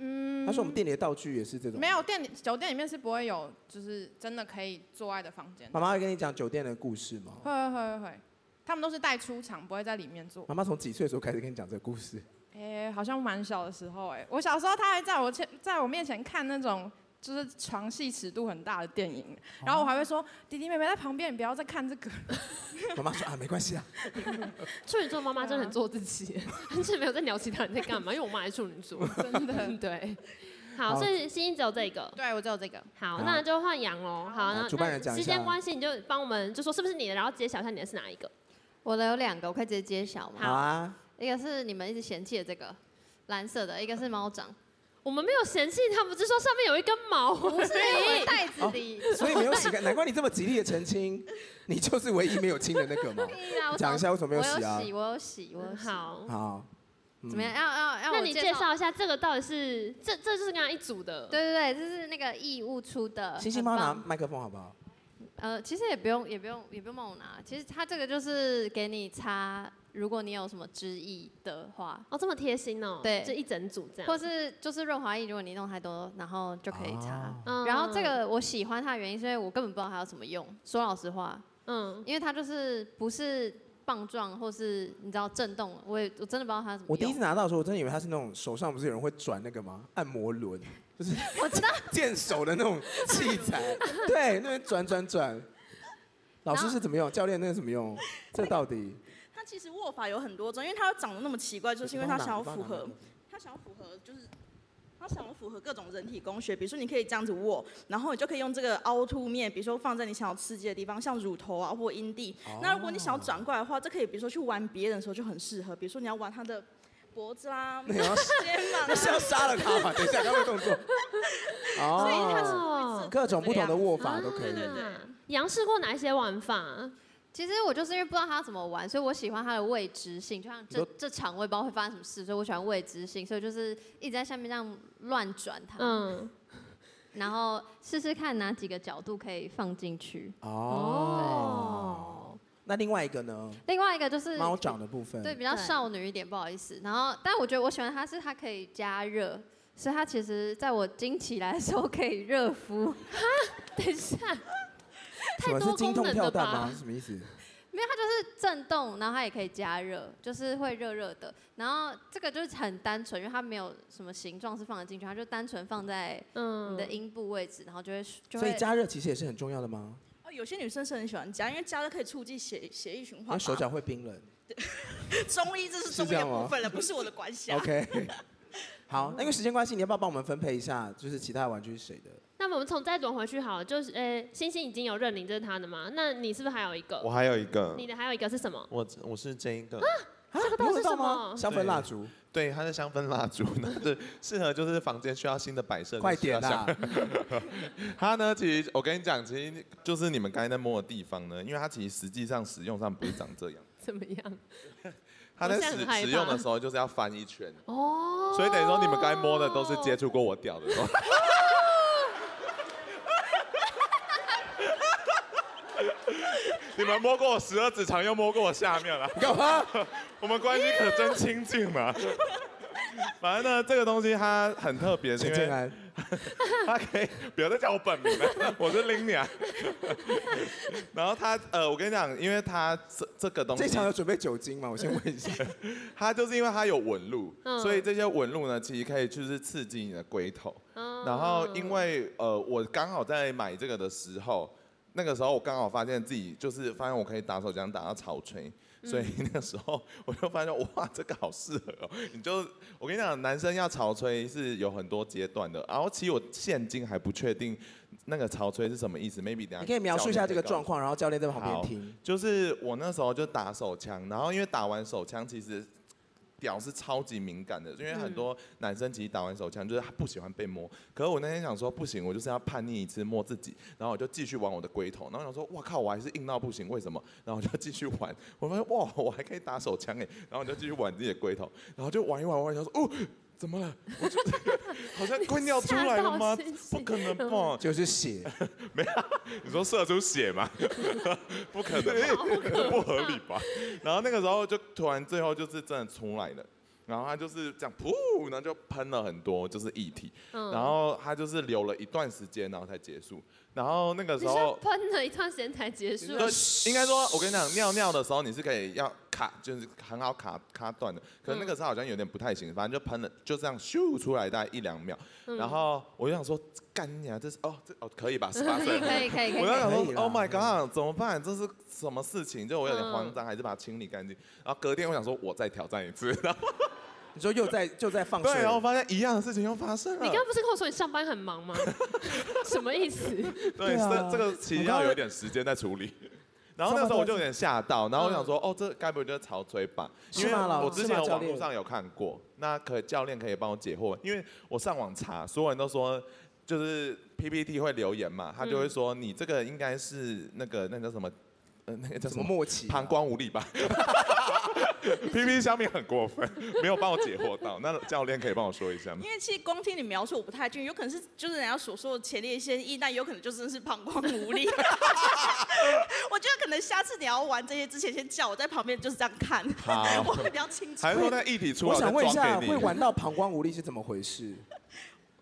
[SPEAKER 5] 嗯，
[SPEAKER 2] 她说我们店里的道具也是这种。
[SPEAKER 5] 没有店里酒店里面是不会有就是真的可以做爱的房间，
[SPEAKER 2] 妈妈会跟你讲酒店的故事吗？
[SPEAKER 3] 哦
[SPEAKER 5] 会会会会会，他们都是带出场，不会在里面做。
[SPEAKER 2] 妈妈从几岁的时候开始跟你讲这个故
[SPEAKER 3] [LAUGHS]
[SPEAKER 2] 事？
[SPEAKER 5] 哎、好像蛮小的时候哎、我小时候他还在我前，在我面前看那种就是床戏尺度很大的电影，然后我还会说弟弟妹妹在旁边，你不要再看这个。 [LAUGHS]
[SPEAKER 2] 妈妈说啊，没关系啊，
[SPEAKER 1] 处女座妈妈真的很做自己，
[SPEAKER 5] 嗯
[SPEAKER 1] [LAUGHS] 完全没有在聊其他人在干嘛。因为我妈也是处女座，真的
[SPEAKER 2] [LAUGHS]
[SPEAKER 1] 对。好，
[SPEAKER 2] 好
[SPEAKER 1] 所以欣欣只有这个。
[SPEAKER 5] 对，我只有这个。
[SPEAKER 1] 好，
[SPEAKER 2] 好
[SPEAKER 1] 那就换杨喽。好，那
[SPEAKER 2] 主办人讲一
[SPEAKER 1] 时间
[SPEAKER 2] 下
[SPEAKER 1] 关系，你就帮我们就说是不是你的，然后揭晓一下你的是哪一个。
[SPEAKER 3] 我的有两个，我可以直接揭晓
[SPEAKER 2] 好
[SPEAKER 3] 吗？
[SPEAKER 2] 啊，
[SPEAKER 3] 一个是你们一直嫌弃的这个蓝色的，一个是猫掌，
[SPEAKER 1] 我们没有嫌弃他，们只是说上面有一根
[SPEAKER 2] [LAUGHS]
[SPEAKER 1] 毛而已。
[SPEAKER 3] 袋子 [LAUGHS] 里。
[SPEAKER 2] 所以没有洗干，难怪你这么极力的澄清，你就是唯一没有亲的那个嘛。
[SPEAKER 3] 对 [LAUGHS] 啊我
[SPEAKER 2] 讲一下为什么
[SPEAKER 3] 我
[SPEAKER 2] 没有
[SPEAKER 3] 有
[SPEAKER 2] 洗啊？
[SPEAKER 3] 洗，我有洗，我有洗。
[SPEAKER 1] 好，
[SPEAKER 2] 好，嗯
[SPEAKER 3] 怎么样？？要要要
[SPEAKER 1] 那
[SPEAKER 3] 我
[SPEAKER 1] 你介？绍一下这个到底是这这就是跟他一组的，
[SPEAKER 3] 对对对，这是那个义务出的。
[SPEAKER 2] 星星
[SPEAKER 3] 很
[SPEAKER 2] 帮我拿
[SPEAKER 3] 棒
[SPEAKER 2] 麦克风好不好？
[SPEAKER 3] 呃，其实也不用，也不用，也不用帮我拿。其实它这个就是给你擦，如果你有什么汁液的话，
[SPEAKER 1] 哦这么贴心哦，
[SPEAKER 3] 对
[SPEAKER 1] 就一整组这样，
[SPEAKER 3] 或是就是润滑液，如果你弄太多，然后就可以擦。
[SPEAKER 2] 啊
[SPEAKER 1] 嗯
[SPEAKER 3] 然后这个我喜欢它的原因，是因为我根本不知道它有什么用。说老实话，
[SPEAKER 1] 嗯，
[SPEAKER 3] 因为它就是不是棒状，或是你知道震动，我也我真的不知道它有什么
[SPEAKER 2] 我第一
[SPEAKER 3] 用
[SPEAKER 2] 次。拿到的时候，我真的以为它是那种手上不是有人会转那个吗？按摩轮，就是
[SPEAKER 3] 我知道，
[SPEAKER 2] [LAUGHS] 健手的那种器材，对，那边转转转。老师是怎么用？教练那个怎么用？这到底？
[SPEAKER 6] 它其实握法有很多种，因为它长得那么奇怪，就是因为它想要符
[SPEAKER 2] 帮我拿
[SPEAKER 6] 合，它想要符合就是。它想要符合各种人体工学，比如说你可以这样子握，然后你就可以用这个凹凸面，比如说放在你想要刺激的地方，像乳头啊或阴蒂。
[SPEAKER 2] 哦
[SPEAKER 6] 那如果你想要转过来的话，这可以比如说去玩别人的时候就很适合，比如说你要玩他的脖
[SPEAKER 2] [LAUGHS]
[SPEAKER 6] 子啦、
[SPEAKER 2] 那你要
[SPEAKER 6] 肩膀
[SPEAKER 2] 啊那是要
[SPEAKER 6] 啊。
[SPEAKER 2] 杀了他吧？等一下，刚刚动作。
[SPEAKER 6] 所以它是
[SPEAKER 2] 哦，
[SPEAKER 6] 会
[SPEAKER 1] 哦
[SPEAKER 6] 是
[SPEAKER 2] 各种不同的握法都可以。
[SPEAKER 6] 对对对
[SPEAKER 1] 杨试过哪一些玩法？
[SPEAKER 3] 其实我就是因为不知道它怎么玩，所以我喜欢它的未知性。就像
[SPEAKER 2] 你
[SPEAKER 3] 这这场我也不知道会发生什么事，所以我喜欢未知性，所以我就是一直在下面这样乱转它。
[SPEAKER 1] 嗯，
[SPEAKER 3] 然后试试看哪几个角度可以放进去。
[SPEAKER 2] 哦，，那另外一个呢？
[SPEAKER 3] 另外一个就是
[SPEAKER 2] 猫掌的部分。
[SPEAKER 3] 对比较
[SPEAKER 1] 对
[SPEAKER 3] 少女一点，不好意思。然后，但我觉得我喜欢它是它可以加热，所以它其实在我惊起来的时候可以热敷，
[SPEAKER 1] 等一下，
[SPEAKER 2] 什
[SPEAKER 1] 太
[SPEAKER 2] 么是
[SPEAKER 1] 多
[SPEAKER 2] 精
[SPEAKER 1] 功
[SPEAKER 2] 通
[SPEAKER 1] 能
[SPEAKER 2] 跳
[SPEAKER 1] 了
[SPEAKER 2] 蛋吗？
[SPEAKER 1] 吧？
[SPEAKER 2] 是什么意思？
[SPEAKER 3] 没有它就是震动，然后它也可以加热，就是会热热的。然后这个就是很单纯，因为它没有什么形状是放得进去，它就单纯放在
[SPEAKER 1] 嗯
[SPEAKER 3] 你的阴部位置，然后就会就
[SPEAKER 2] 所以
[SPEAKER 3] 会。
[SPEAKER 2] 加热其实也是很重要的吗？
[SPEAKER 6] 哦，有些女生是很喜欢加，因为加热可以促进血血液循
[SPEAKER 2] 因为
[SPEAKER 6] 环。
[SPEAKER 2] 手，脚会冰冷。
[SPEAKER 6] 中医这是
[SPEAKER 2] 是
[SPEAKER 6] 中
[SPEAKER 2] 这
[SPEAKER 6] 医的
[SPEAKER 2] 样吗
[SPEAKER 6] 部分了，不是我的啊管辖。
[SPEAKER 2] OK，好，那因为时间关系，你要不要帮我们分配一下，就是其他的玩具是谁的？
[SPEAKER 1] 那么我们从再轮回去好了，就是呃，星星已经有认领，这是他的嘛？那你是不是还有一个
[SPEAKER 4] 我？还有一个
[SPEAKER 1] 你，的还有一个是什么？
[SPEAKER 4] 我我是这一个，
[SPEAKER 2] 啊
[SPEAKER 1] 这个到底
[SPEAKER 2] 你有
[SPEAKER 1] 是
[SPEAKER 2] 到
[SPEAKER 1] 什
[SPEAKER 2] 吗？
[SPEAKER 1] 么
[SPEAKER 2] 香氛
[SPEAKER 4] 对
[SPEAKER 2] 蜡烛，
[SPEAKER 4] 对，它是香氛蜡烛， [LAUGHS] 那是适合就是房间需要新的摆
[SPEAKER 2] [LAUGHS]
[SPEAKER 4] 设，
[SPEAKER 2] 快
[SPEAKER 4] 就需要
[SPEAKER 2] 点啊
[SPEAKER 1] 啊
[SPEAKER 2] 啦！
[SPEAKER 4] 它呢，其实我跟你讲，其实就是你们刚才在摸的地方呢，因为它其实实际上使用上不是长这样，
[SPEAKER 1] 怎么样？
[SPEAKER 4] 它在
[SPEAKER 1] 我现在
[SPEAKER 4] 使
[SPEAKER 1] 很害怕
[SPEAKER 4] 使用的时候就是要翻一圈，
[SPEAKER 1] 哦，
[SPEAKER 4] 所以等于说你们刚才摸的都是接触过我屌的
[SPEAKER 2] [LAUGHS]
[SPEAKER 4] 东西。你们摸过我十二指肠，又摸过我下面了，
[SPEAKER 2] 干嘛？
[SPEAKER 4] [LAUGHS] 我们关系可真亲近嘛。反正呢，这个东西它很特别，是
[SPEAKER 2] [LAUGHS] 陈
[SPEAKER 4] 因
[SPEAKER 2] 建
[SPEAKER 4] 为
[SPEAKER 2] 安，
[SPEAKER 4] 他可以不要再叫我本名了， [LAUGHS] 我是林娘。然后他呃，我跟你讲，因为他这这个东西，
[SPEAKER 2] 这场有准备酒精吗？我
[SPEAKER 4] [LAUGHS]
[SPEAKER 2] 先问一下。
[SPEAKER 4] 它就是因为它有纹路，
[SPEAKER 1] 嗯
[SPEAKER 4] 所以这些纹路呢，其实可以就是刺激你的龟头。
[SPEAKER 1] 嗯
[SPEAKER 4] 然后因为呃，我刚好在买这个的时候，那个时候我刚好发现自己就是发现我可以打手枪打到草吹。
[SPEAKER 2] 嗯
[SPEAKER 4] 所以那个时候我就发现，哇，这个好适合哦！ [LAUGHS] 你就我跟你讲，男生要潮吹是有很多阶段的。然后其实我现今还不确定那个潮吹是什么意思，maybe 等下
[SPEAKER 2] 你可以描述一下这个
[SPEAKER 4] 教练可以告诉我
[SPEAKER 2] 状况，然后教练在旁边
[SPEAKER 4] 好
[SPEAKER 2] 听。
[SPEAKER 4] 就是我那时候就打手枪，然后因为打完手枪其实。屌是超级敏感的，因为
[SPEAKER 1] 嗯
[SPEAKER 4] 很多男生其实打完手枪就是他不喜欢被摸。可是我那天想说不行，我就是要叛逆一次摸自己，然后我就继续玩我的龟头。然后我想说，哇靠，我还是硬到不行，为什么？然后我就继续玩，我发现哇，我还可以打手枪哎，然后我就继续玩自己的龟头，然后就玩一玩，玩一玩，想说哦，怎么了？我就 [LAUGHS] 好像快尿出来了
[SPEAKER 1] 吓到
[SPEAKER 4] 吗
[SPEAKER 1] 星？星
[SPEAKER 4] 不可能
[SPEAKER 1] 嗯
[SPEAKER 4] 吧？
[SPEAKER 2] 就是血，
[SPEAKER 4] 你说射出血 [LAUGHS] 吗？不可能吧，这不合理吧？然后那个时候就突然最后就是真的出来了，然后他就是这样噗，然后就喷了很多就是液体，
[SPEAKER 1] 嗯
[SPEAKER 4] 然后他就是留了一段时间，然后才结束。然后那个
[SPEAKER 1] 你
[SPEAKER 4] 时
[SPEAKER 1] 说
[SPEAKER 4] 候，
[SPEAKER 1] 喷了一段时间才结束，
[SPEAKER 4] 对，应该说我跟你讲，尿尿的时候你是可以要卡，就是很好卡卡断的，可是那个时候好像有点不太行，反正就喷了，就这样咻出来大概一两秒，
[SPEAKER 1] 嗯
[SPEAKER 4] 然后我就想说干你啊，这是哦这哦可以吧，十八
[SPEAKER 3] 可
[SPEAKER 4] 岁
[SPEAKER 3] 以。可以可以可
[SPEAKER 4] 我在
[SPEAKER 3] 以，
[SPEAKER 4] 想
[SPEAKER 2] 可以
[SPEAKER 4] 说
[SPEAKER 2] 啦
[SPEAKER 4] ，Oh my god，怎么办？这是什么事情？就我有点
[SPEAKER 1] 嗯
[SPEAKER 4] 慌张，还是把它清理干净。然后隔天我想说，我再挑战
[SPEAKER 2] [LAUGHS]
[SPEAKER 4] 一次。然后
[SPEAKER 2] 你说又在又在放
[SPEAKER 4] 对，
[SPEAKER 2] 水
[SPEAKER 4] 然，后发现一样的事情又发生了
[SPEAKER 1] 你刚。刚不是跟我说你上班很忙
[SPEAKER 4] [LAUGHS]
[SPEAKER 1] 吗？什么意思？
[SPEAKER 4] 对，
[SPEAKER 2] 对啊
[SPEAKER 4] 这这个其实要有一点时间再处理。 [LAUGHS] 然后那时候我就有点吓到，然后我想说，哦，这该不会就是潮吹吧？因
[SPEAKER 2] 是
[SPEAKER 4] 为
[SPEAKER 2] 吗老
[SPEAKER 4] 我之
[SPEAKER 2] 是
[SPEAKER 4] 前
[SPEAKER 2] 吗
[SPEAKER 4] 有
[SPEAKER 2] 教
[SPEAKER 4] 网
[SPEAKER 2] 练
[SPEAKER 4] 络上有看过，那可教练可以帮我解惑，因为我上网查，所有人都说就是 PPT 会留言嘛，他就会
[SPEAKER 2] 嗯
[SPEAKER 4] 说你这个应该是那个那叫什么，呃，那个叫
[SPEAKER 2] 什
[SPEAKER 4] 什
[SPEAKER 2] 么
[SPEAKER 4] 么
[SPEAKER 2] 默契？啊
[SPEAKER 4] 膀胱无力吧。PPT 下面很过分，没有帮我解惑到。那教练可以帮我说一下吗？
[SPEAKER 6] 因为其实光听你描述我不太确定，有可能是就是人家所说的前列腺液，但有可能就真的是膀胱无力。 [LAUGHS] 我觉得可能下次你要玩这些之前，先叫我在旁边就是这样看，
[SPEAKER 4] 好
[SPEAKER 6] 我会比较清楚
[SPEAKER 4] 还。是说那议题出来
[SPEAKER 2] 我
[SPEAKER 4] 我再
[SPEAKER 2] 想问一下，
[SPEAKER 4] 装给
[SPEAKER 2] 会
[SPEAKER 4] 你？
[SPEAKER 2] 玩到膀胱无力是怎么回事？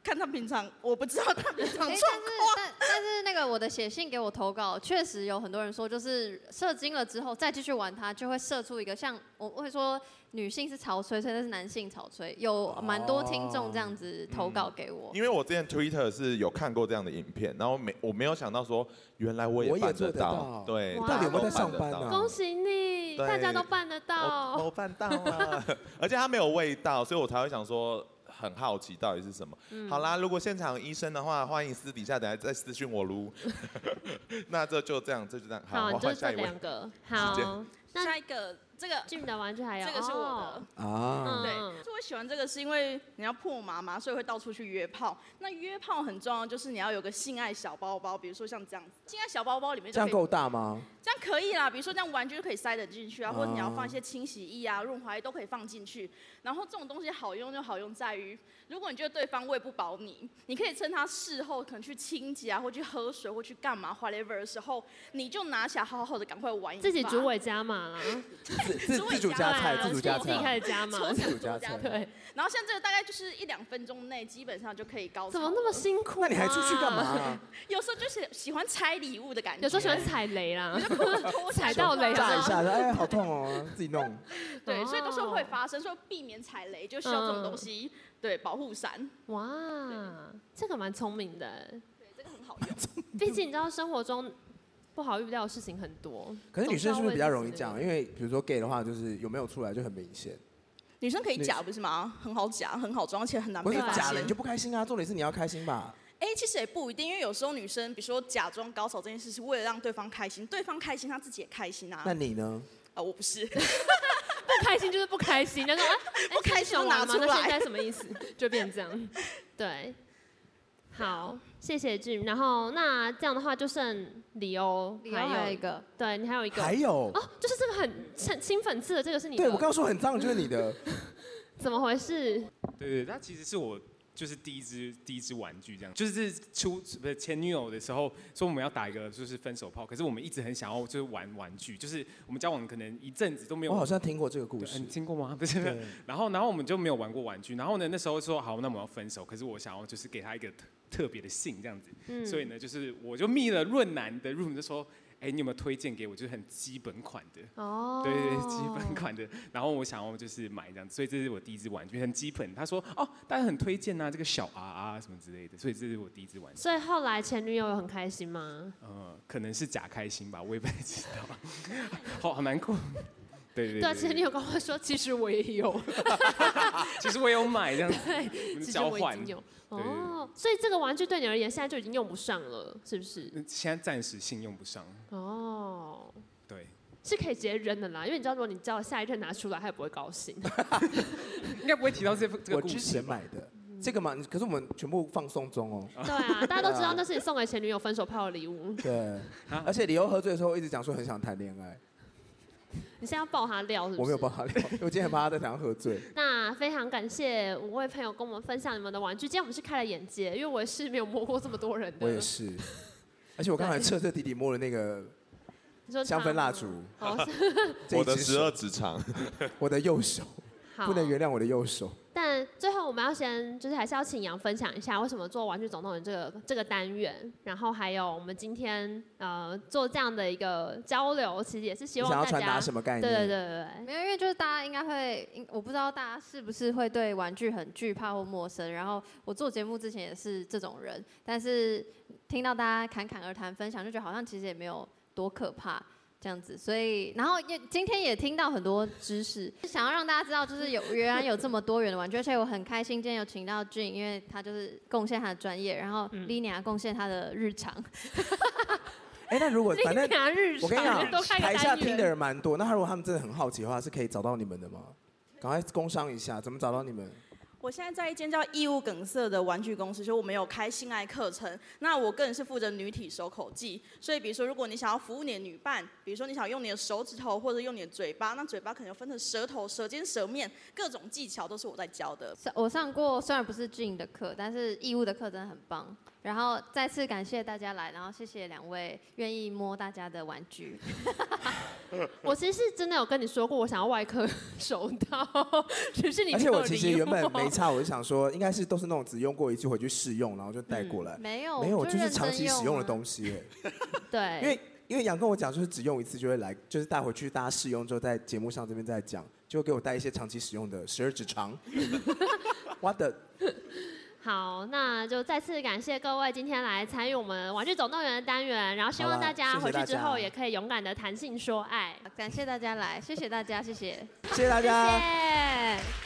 [SPEAKER 6] 看他平常，我不知道他
[SPEAKER 3] 哎、
[SPEAKER 6] 平常状
[SPEAKER 3] 但是
[SPEAKER 6] 况。
[SPEAKER 3] 但但是那个我的写信给我投稿，确实有很多人说，就是射精了之后再继续玩它，就会射出一个像我我会说女性是潮吹，所以但是男性潮吹，有蛮多听众这样子投稿给我。
[SPEAKER 4] 因为我之前 Twitter 是有看过这样的影片，然后没我没有想到说原来我也
[SPEAKER 2] 我也
[SPEAKER 4] 办
[SPEAKER 2] 做
[SPEAKER 4] 得
[SPEAKER 2] 得到
[SPEAKER 4] 到。对，
[SPEAKER 1] 哇
[SPEAKER 4] 大
[SPEAKER 1] 到底
[SPEAKER 4] 家
[SPEAKER 1] 有没有
[SPEAKER 4] 都
[SPEAKER 2] 在上
[SPEAKER 4] 办得
[SPEAKER 2] 班
[SPEAKER 4] 到
[SPEAKER 2] 啊
[SPEAKER 1] 恭喜哦你，
[SPEAKER 4] 对
[SPEAKER 1] 大家都办得
[SPEAKER 4] 我
[SPEAKER 1] 到。
[SPEAKER 4] 我办到了， [LAUGHS] 而且它没有味道，所以我才会想说很好奇到底是什么。
[SPEAKER 1] 嗯
[SPEAKER 4] 好啦，如果现场有医生的话，欢迎私底下等下再私讯我撸。 [LAUGHS] 那这就这样，这就这样。
[SPEAKER 1] 好，
[SPEAKER 4] 好，
[SPEAKER 1] 你
[SPEAKER 4] 我
[SPEAKER 1] 就
[SPEAKER 4] 换
[SPEAKER 1] 这
[SPEAKER 4] 下一位。
[SPEAKER 1] 两个。
[SPEAKER 4] 直接
[SPEAKER 1] 好，那
[SPEAKER 6] 下一个这个
[SPEAKER 1] Jim 的玩具还有
[SPEAKER 6] 这个是我
[SPEAKER 1] 哦
[SPEAKER 6] 的。
[SPEAKER 2] 啊，
[SPEAKER 6] 对
[SPEAKER 1] 嗯，
[SPEAKER 6] 就会喜欢这个是因为你要破麻嘛，所以会到处去约炮。那约炮很重要，就是你要有个性爱小包包，比如说像这样子，性爱小包包里面
[SPEAKER 2] 这
[SPEAKER 6] 就可
[SPEAKER 2] 样
[SPEAKER 6] 以
[SPEAKER 2] 够大吗？
[SPEAKER 6] 这样可以啦，比如说这样玩具就可以塞得进去啊，
[SPEAKER 2] 哦
[SPEAKER 6] 或者你要放一些清洗液啊、润滑液都可以放进去。然后这种东西好用就好用在于，如果你觉得对方喂不饱你，你可以趁他事后可能去清洁啊，或去喝水，或去干嘛 whatever 的时候，你就拿起来好好的赶快玩一把
[SPEAKER 1] 自己煮尾加码啦，
[SPEAKER 2] 自自
[SPEAKER 6] 自
[SPEAKER 2] 自主加
[SPEAKER 6] 己加
[SPEAKER 2] 菜，
[SPEAKER 6] 嘛
[SPEAKER 2] 自主加
[SPEAKER 1] 我自己开
[SPEAKER 2] 菜，
[SPEAKER 1] 始加嘛，
[SPEAKER 6] 搓
[SPEAKER 2] 自主加菜。
[SPEAKER 1] 对，
[SPEAKER 6] 然后像这个大概就是一两分钟内，基本上就可以高潮。
[SPEAKER 1] 怎么那么？辛苦、
[SPEAKER 2] 啊那你还出去干嘛、？
[SPEAKER 6] 有时候就是喜欢拆礼物的感觉，
[SPEAKER 1] 有时候
[SPEAKER 6] [LAUGHS]
[SPEAKER 1] 喜欢踩雷啦
[SPEAKER 6] 你，就裤子脱下来
[SPEAKER 1] 踩到雷啊
[SPEAKER 6] 就
[SPEAKER 1] 吧
[SPEAKER 6] 哇
[SPEAKER 2] 炸一下，哎，好痛哦，自己弄。
[SPEAKER 6] 对，所以都是会
[SPEAKER 1] 哦
[SPEAKER 6] 发生，所以避免踩雷就需要这种东
[SPEAKER 1] 嗯
[SPEAKER 6] 西，对，保护伞，
[SPEAKER 1] 哇，这个蛮聪明的，
[SPEAKER 6] 对，这个很好用。
[SPEAKER 1] 毕竟你知道生活中不好遇到的事情很多。
[SPEAKER 2] 可是女生是不是比较容易这
[SPEAKER 1] 总
[SPEAKER 2] 样？
[SPEAKER 1] 要为自己
[SPEAKER 2] 因为比如说 gay 的话，就是有没有出来就很明显，
[SPEAKER 6] 女生可以
[SPEAKER 2] 女
[SPEAKER 6] 假不是吗？很好假，很好装，而且
[SPEAKER 1] 啊
[SPEAKER 6] 很难
[SPEAKER 2] 不
[SPEAKER 6] 被
[SPEAKER 2] 是
[SPEAKER 6] 发
[SPEAKER 2] 假了
[SPEAKER 6] 现
[SPEAKER 2] 你就。不开心啊。重点是你要开心吧。
[SPEAKER 6] 哎，其实也不一定，因为有时候女生，比如说假装高潮这件事，是为了让对方开心，对方开心，她自己也开心啊
[SPEAKER 2] 那。你呢？
[SPEAKER 6] 啊，我不是，
[SPEAKER 1] [LAUGHS]
[SPEAKER 6] [LAUGHS]
[SPEAKER 1] 不开心就是不开心， [LAUGHS] 但是啊，
[SPEAKER 6] 不开心就拿出来
[SPEAKER 1] 那现在什么意思？就变这 [LAUGHS] 样，对。好，谢谢俊。然后那这样的话就剩李欧，
[SPEAKER 3] 里面还有一个，
[SPEAKER 1] 对你还有一个
[SPEAKER 2] 还有，
[SPEAKER 1] 哦，就是这个很青青粉刺的，这个是你的，
[SPEAKER 2] 对我刚刚说很脏，就是
[SPEAKER 1] [LAUGHS]
[SPEAKER 2] 你的。
[SPEAKER 1] 怎么回事？
[SPEAKER 7] 对对，它其实是我就是第一支第一支玩具这样，就是初不是前女友的时候说我们要打一个就是分手炮，可是我们一直很想要就是玩玩具，就是我们交往可能一阵子都没有
[SPEAKER 2] 我。好像听过这个故
[SPEAKER 7] 对
[SPEAKER 2] 事
[SPEAKER 7] 你。听过吗？不 [LAUGHS] 是，
[SPEAKER 2] 对，
[SPEAKER 7] 然后，然后我们就没有玩过玩具。然后呢，那时候说好，那我们要分手。可是我想要就是给他一个特特别的信这样子，
[SPEAKER 1] 嗯，
[SPEAKER 7] 所以呢，就是我就密了润南的 room，就说，哎，你有没有推荐给我？就是很基本款的，
[SPEAKER 1] 哦，
[SPEAKER 7] 对对对，基本。款的。然后我想要就是买这样子，所以这是我第一支玩具，很基本。他说，哦，大家很推荐啊，这个小 R 啊什么之类的，所以这是我第一支玩具。
[SPEAKER 1] 所以后来前女友有很开心吗？
[SPEAKER 7] 呃，可能是假开心吧，我也不太知道， [LAUGHS] 好好难过。对对
[SPEAKER 1] 对啊，前女
[SPEAKER 7] 对，
[SPEAKER 1] 友跟我说，其实我也有，
[SPEAKER 7] 其实我有买这
[SPEAKER 1] [LAUGHS]
[SPEAKER 7] 样子，我们
[SPEAKER 1] 其实
[SPEAKER 7] 交
[SPEAKER 1] 我已
[SPEAKER 7] 换
[SPEAKER 1] 经。有。
[SPEAKER 7] 对对对
[SPEAKER 1] 哦，所以这个玩具对你而言现在就已经用不上了，是不是？
[SPEAKER 7] 现在暂时信用不上，
[SPEAKER 2] 嗯
[SPEAKER 1] 哦，
[SPEAKER 7] 对，
[SPEAKER 1] 是可以直接扔的啦，因为你知道，如果你叫下一任拿出来，他也不会高
[SPEAKER 2] [LAUGHS]
[SPEAKER 1] 兴。
[SPEAKER 7] 应该不会提到这这
[SPEAKER 2] 我
[SPEAKER 7] 个故
[SPEAKER 2] 之
[SPEAKER 7] 事
[SPEAKER 2] 前买的这个嘛，可是我们全部放送中哦。
[SPEAKER 1] 对啊，大家都知道那是你送给前女友分手炮的礼物，
[SPEAKER 2] 对
[SPEAKER 7] 啊，
[SPEAKER 2] 而且李欧喝醉的时候一直讲说很想谈恋爱，
[SPEAKER 1] 你现在要爆他料是不是？
[SPEAKER 2] 我没有帮他聊，因为我今天很怕他在台上
[SPEAKER 1] [LAUGHS]
[SPEAKER 2] 喝醉。
[SPEAKER 1] 那非常感谢五位朋友跟我们分享你们的玩具，今天我们是开了眼界，因为我也是没有摸过这么多人的。
[SPEAKER 2] 我也是，而且我刚才彻彻底底摸了那个
[SPEAKER 1] 你说
[SPEAKER 2] 香
[SPEAKER 1] 他
[SPEAKER 2] 氛蜡
[SPEAKER 1] 吗
[SPEAKER 2] 烛，
[SPEAKER 1] 哦，是
[SPEAKER 2] 这
[SPEAKER 4] 我
[SPEAKER 2] 一
[SPEAKER 4] 的
[SPEAKER 2] 只
[SPEAKER 4] 十
[SPEAKER 2] 手
[SPEAKER 4] 二，指肠，
[SPEAKER 2] 我的右手，
[SPEAKER 1] 好
[SPEAKER 2] [LAUGHS] 不能原谅我的右手。
[SPEAKER 1] 但最后我们要先，就是还是要请杨分享一下为什么做《玩具总动员》这个这个单元，然后还有我们今天呃做这样的一个交流，其实也是希
[SPEAKER 2] 你
[SPEAKER 1] 望
[SPEAKER 2] 想要
[SPEAKER 1] 大
[SPEAKER 2] 传达
[SPEAKER 1] 家
[SPEAKER 2] 什么概
[SPEAKER 1] 对
[SPEAKER 2] 念？
[SPEAKER 1] 对对对
[SPEAKER 3] 没有，因为就是大家应该会，应我不知道大家是不是会对玩具很惧怕或陌生。然后我做节目之前也是这种人，但是听到大家侃侃而谈分享，就觉得好像其实也没有多可怕这样子。所以，然后也今天也听到很多知识， [LAUGHS] 想要让大家知道，就是有原来有这么多元的玩具，而且我很开心今天有请到俊，因为他就是贡献他的专业，然后
[SPEAKER 1] 嗯
[SPEAKER 3] Lina 贡献他的日常。
[SPEAKER 2] 哎，那如果反正
[SPEAKER 1] 对，拿日
[SPEAKER 2] 我跟你
[SPEAKER 1] 常
[SPEAKER 2] 讲
[SPEAKER 1] 都，开
[SPEAKER 2] 台
[SPEAKER 1] 个
[SPEAKER 2] 下
[SPEAKER 1] 单
[SPEAKER 2] 听的
[SPEAKER 1] 元，
[SPEAKER 2] 人蛮多，那如果他们真的很好奇的话，是可以找到你们的吗？赶快工商一下，怎么找到你们？
[SPEAKER 6] 我现在在一间叫义务梗塞的玩具公司，就我们有开性爱课程。那我个人是负责女体手口技，所以比如说，如果你想要服务你的女伴，比如说你想用你的手指头或者用你的嘴巴，那嘴巴可能有分成舌头、舌尖、舌面，各种技巧都是我在教的。
[SPEAKER 3] 上我上过，虽然不是俊的课，但是义务的课真的很棒。然后再次感谢大家来，然后谢谢两位愿意摸大家的玩具。
[SPEAKER 1] 我其实是真的有跟你说过，我想要外科手套，只是你
[SPEAKER 2] 而
[SPEAKER 1] 没
[SPEAKER 2] 且
[SPEAKER 1] 有
[SPEAKER 2] 我其实
[SPEAKER 1] 理
[SPEAKER 2] 原 [LAUGHS] 本没
[SPEAKER 1] 我
[SPEAKER 2] 差，我就想说应该是都是那种只用过一次回去试用，然后就带过来。
[SPEAKER 3] 没有，
[SPEAKER 2] 没有，就
[SPEAKER 3] 就是
[SPEAKER 2] 长期使嗯哦用的啊
[SPEAKER 3] 西。
[SPEAKER 2] 东西 [LAUGHS] 耶。
[SPEAKER 1] 对，
[SPEAKER 2] 因为因为杨跟我讲，就是只用一次就会来，就是带回去大家试用之后，在节目上这边再讲，就给我带一些长期使用的十二指 [LAUGHS] 肠。我的
[SPEAKER 1] 好，那就再次感谢各位今天来参与我们玩具总动员的单元，然后希
[SPEAKER 2] 好
[SPEAKER 1] 望
[SPEAKER 2] 啦
[SPEAKER 1] 大家
[SPEAKER 2] 谢谢
[SPEAKER 1] 回去
[SPEAKER 2] 大
[SPEAKER 1] 之
[SPEAKER 2] 家
[SPEAKER 1] 后也可以勇敢的谈性说爱。
[SPEAKER 3] 感谢大家来，谢谢大家，谢谢。
[SPEAKER 2] 谢谢大
[SPEAKER 1] 谢
[SPEAKER 2] 家。
[SPEAKER 1] 谢。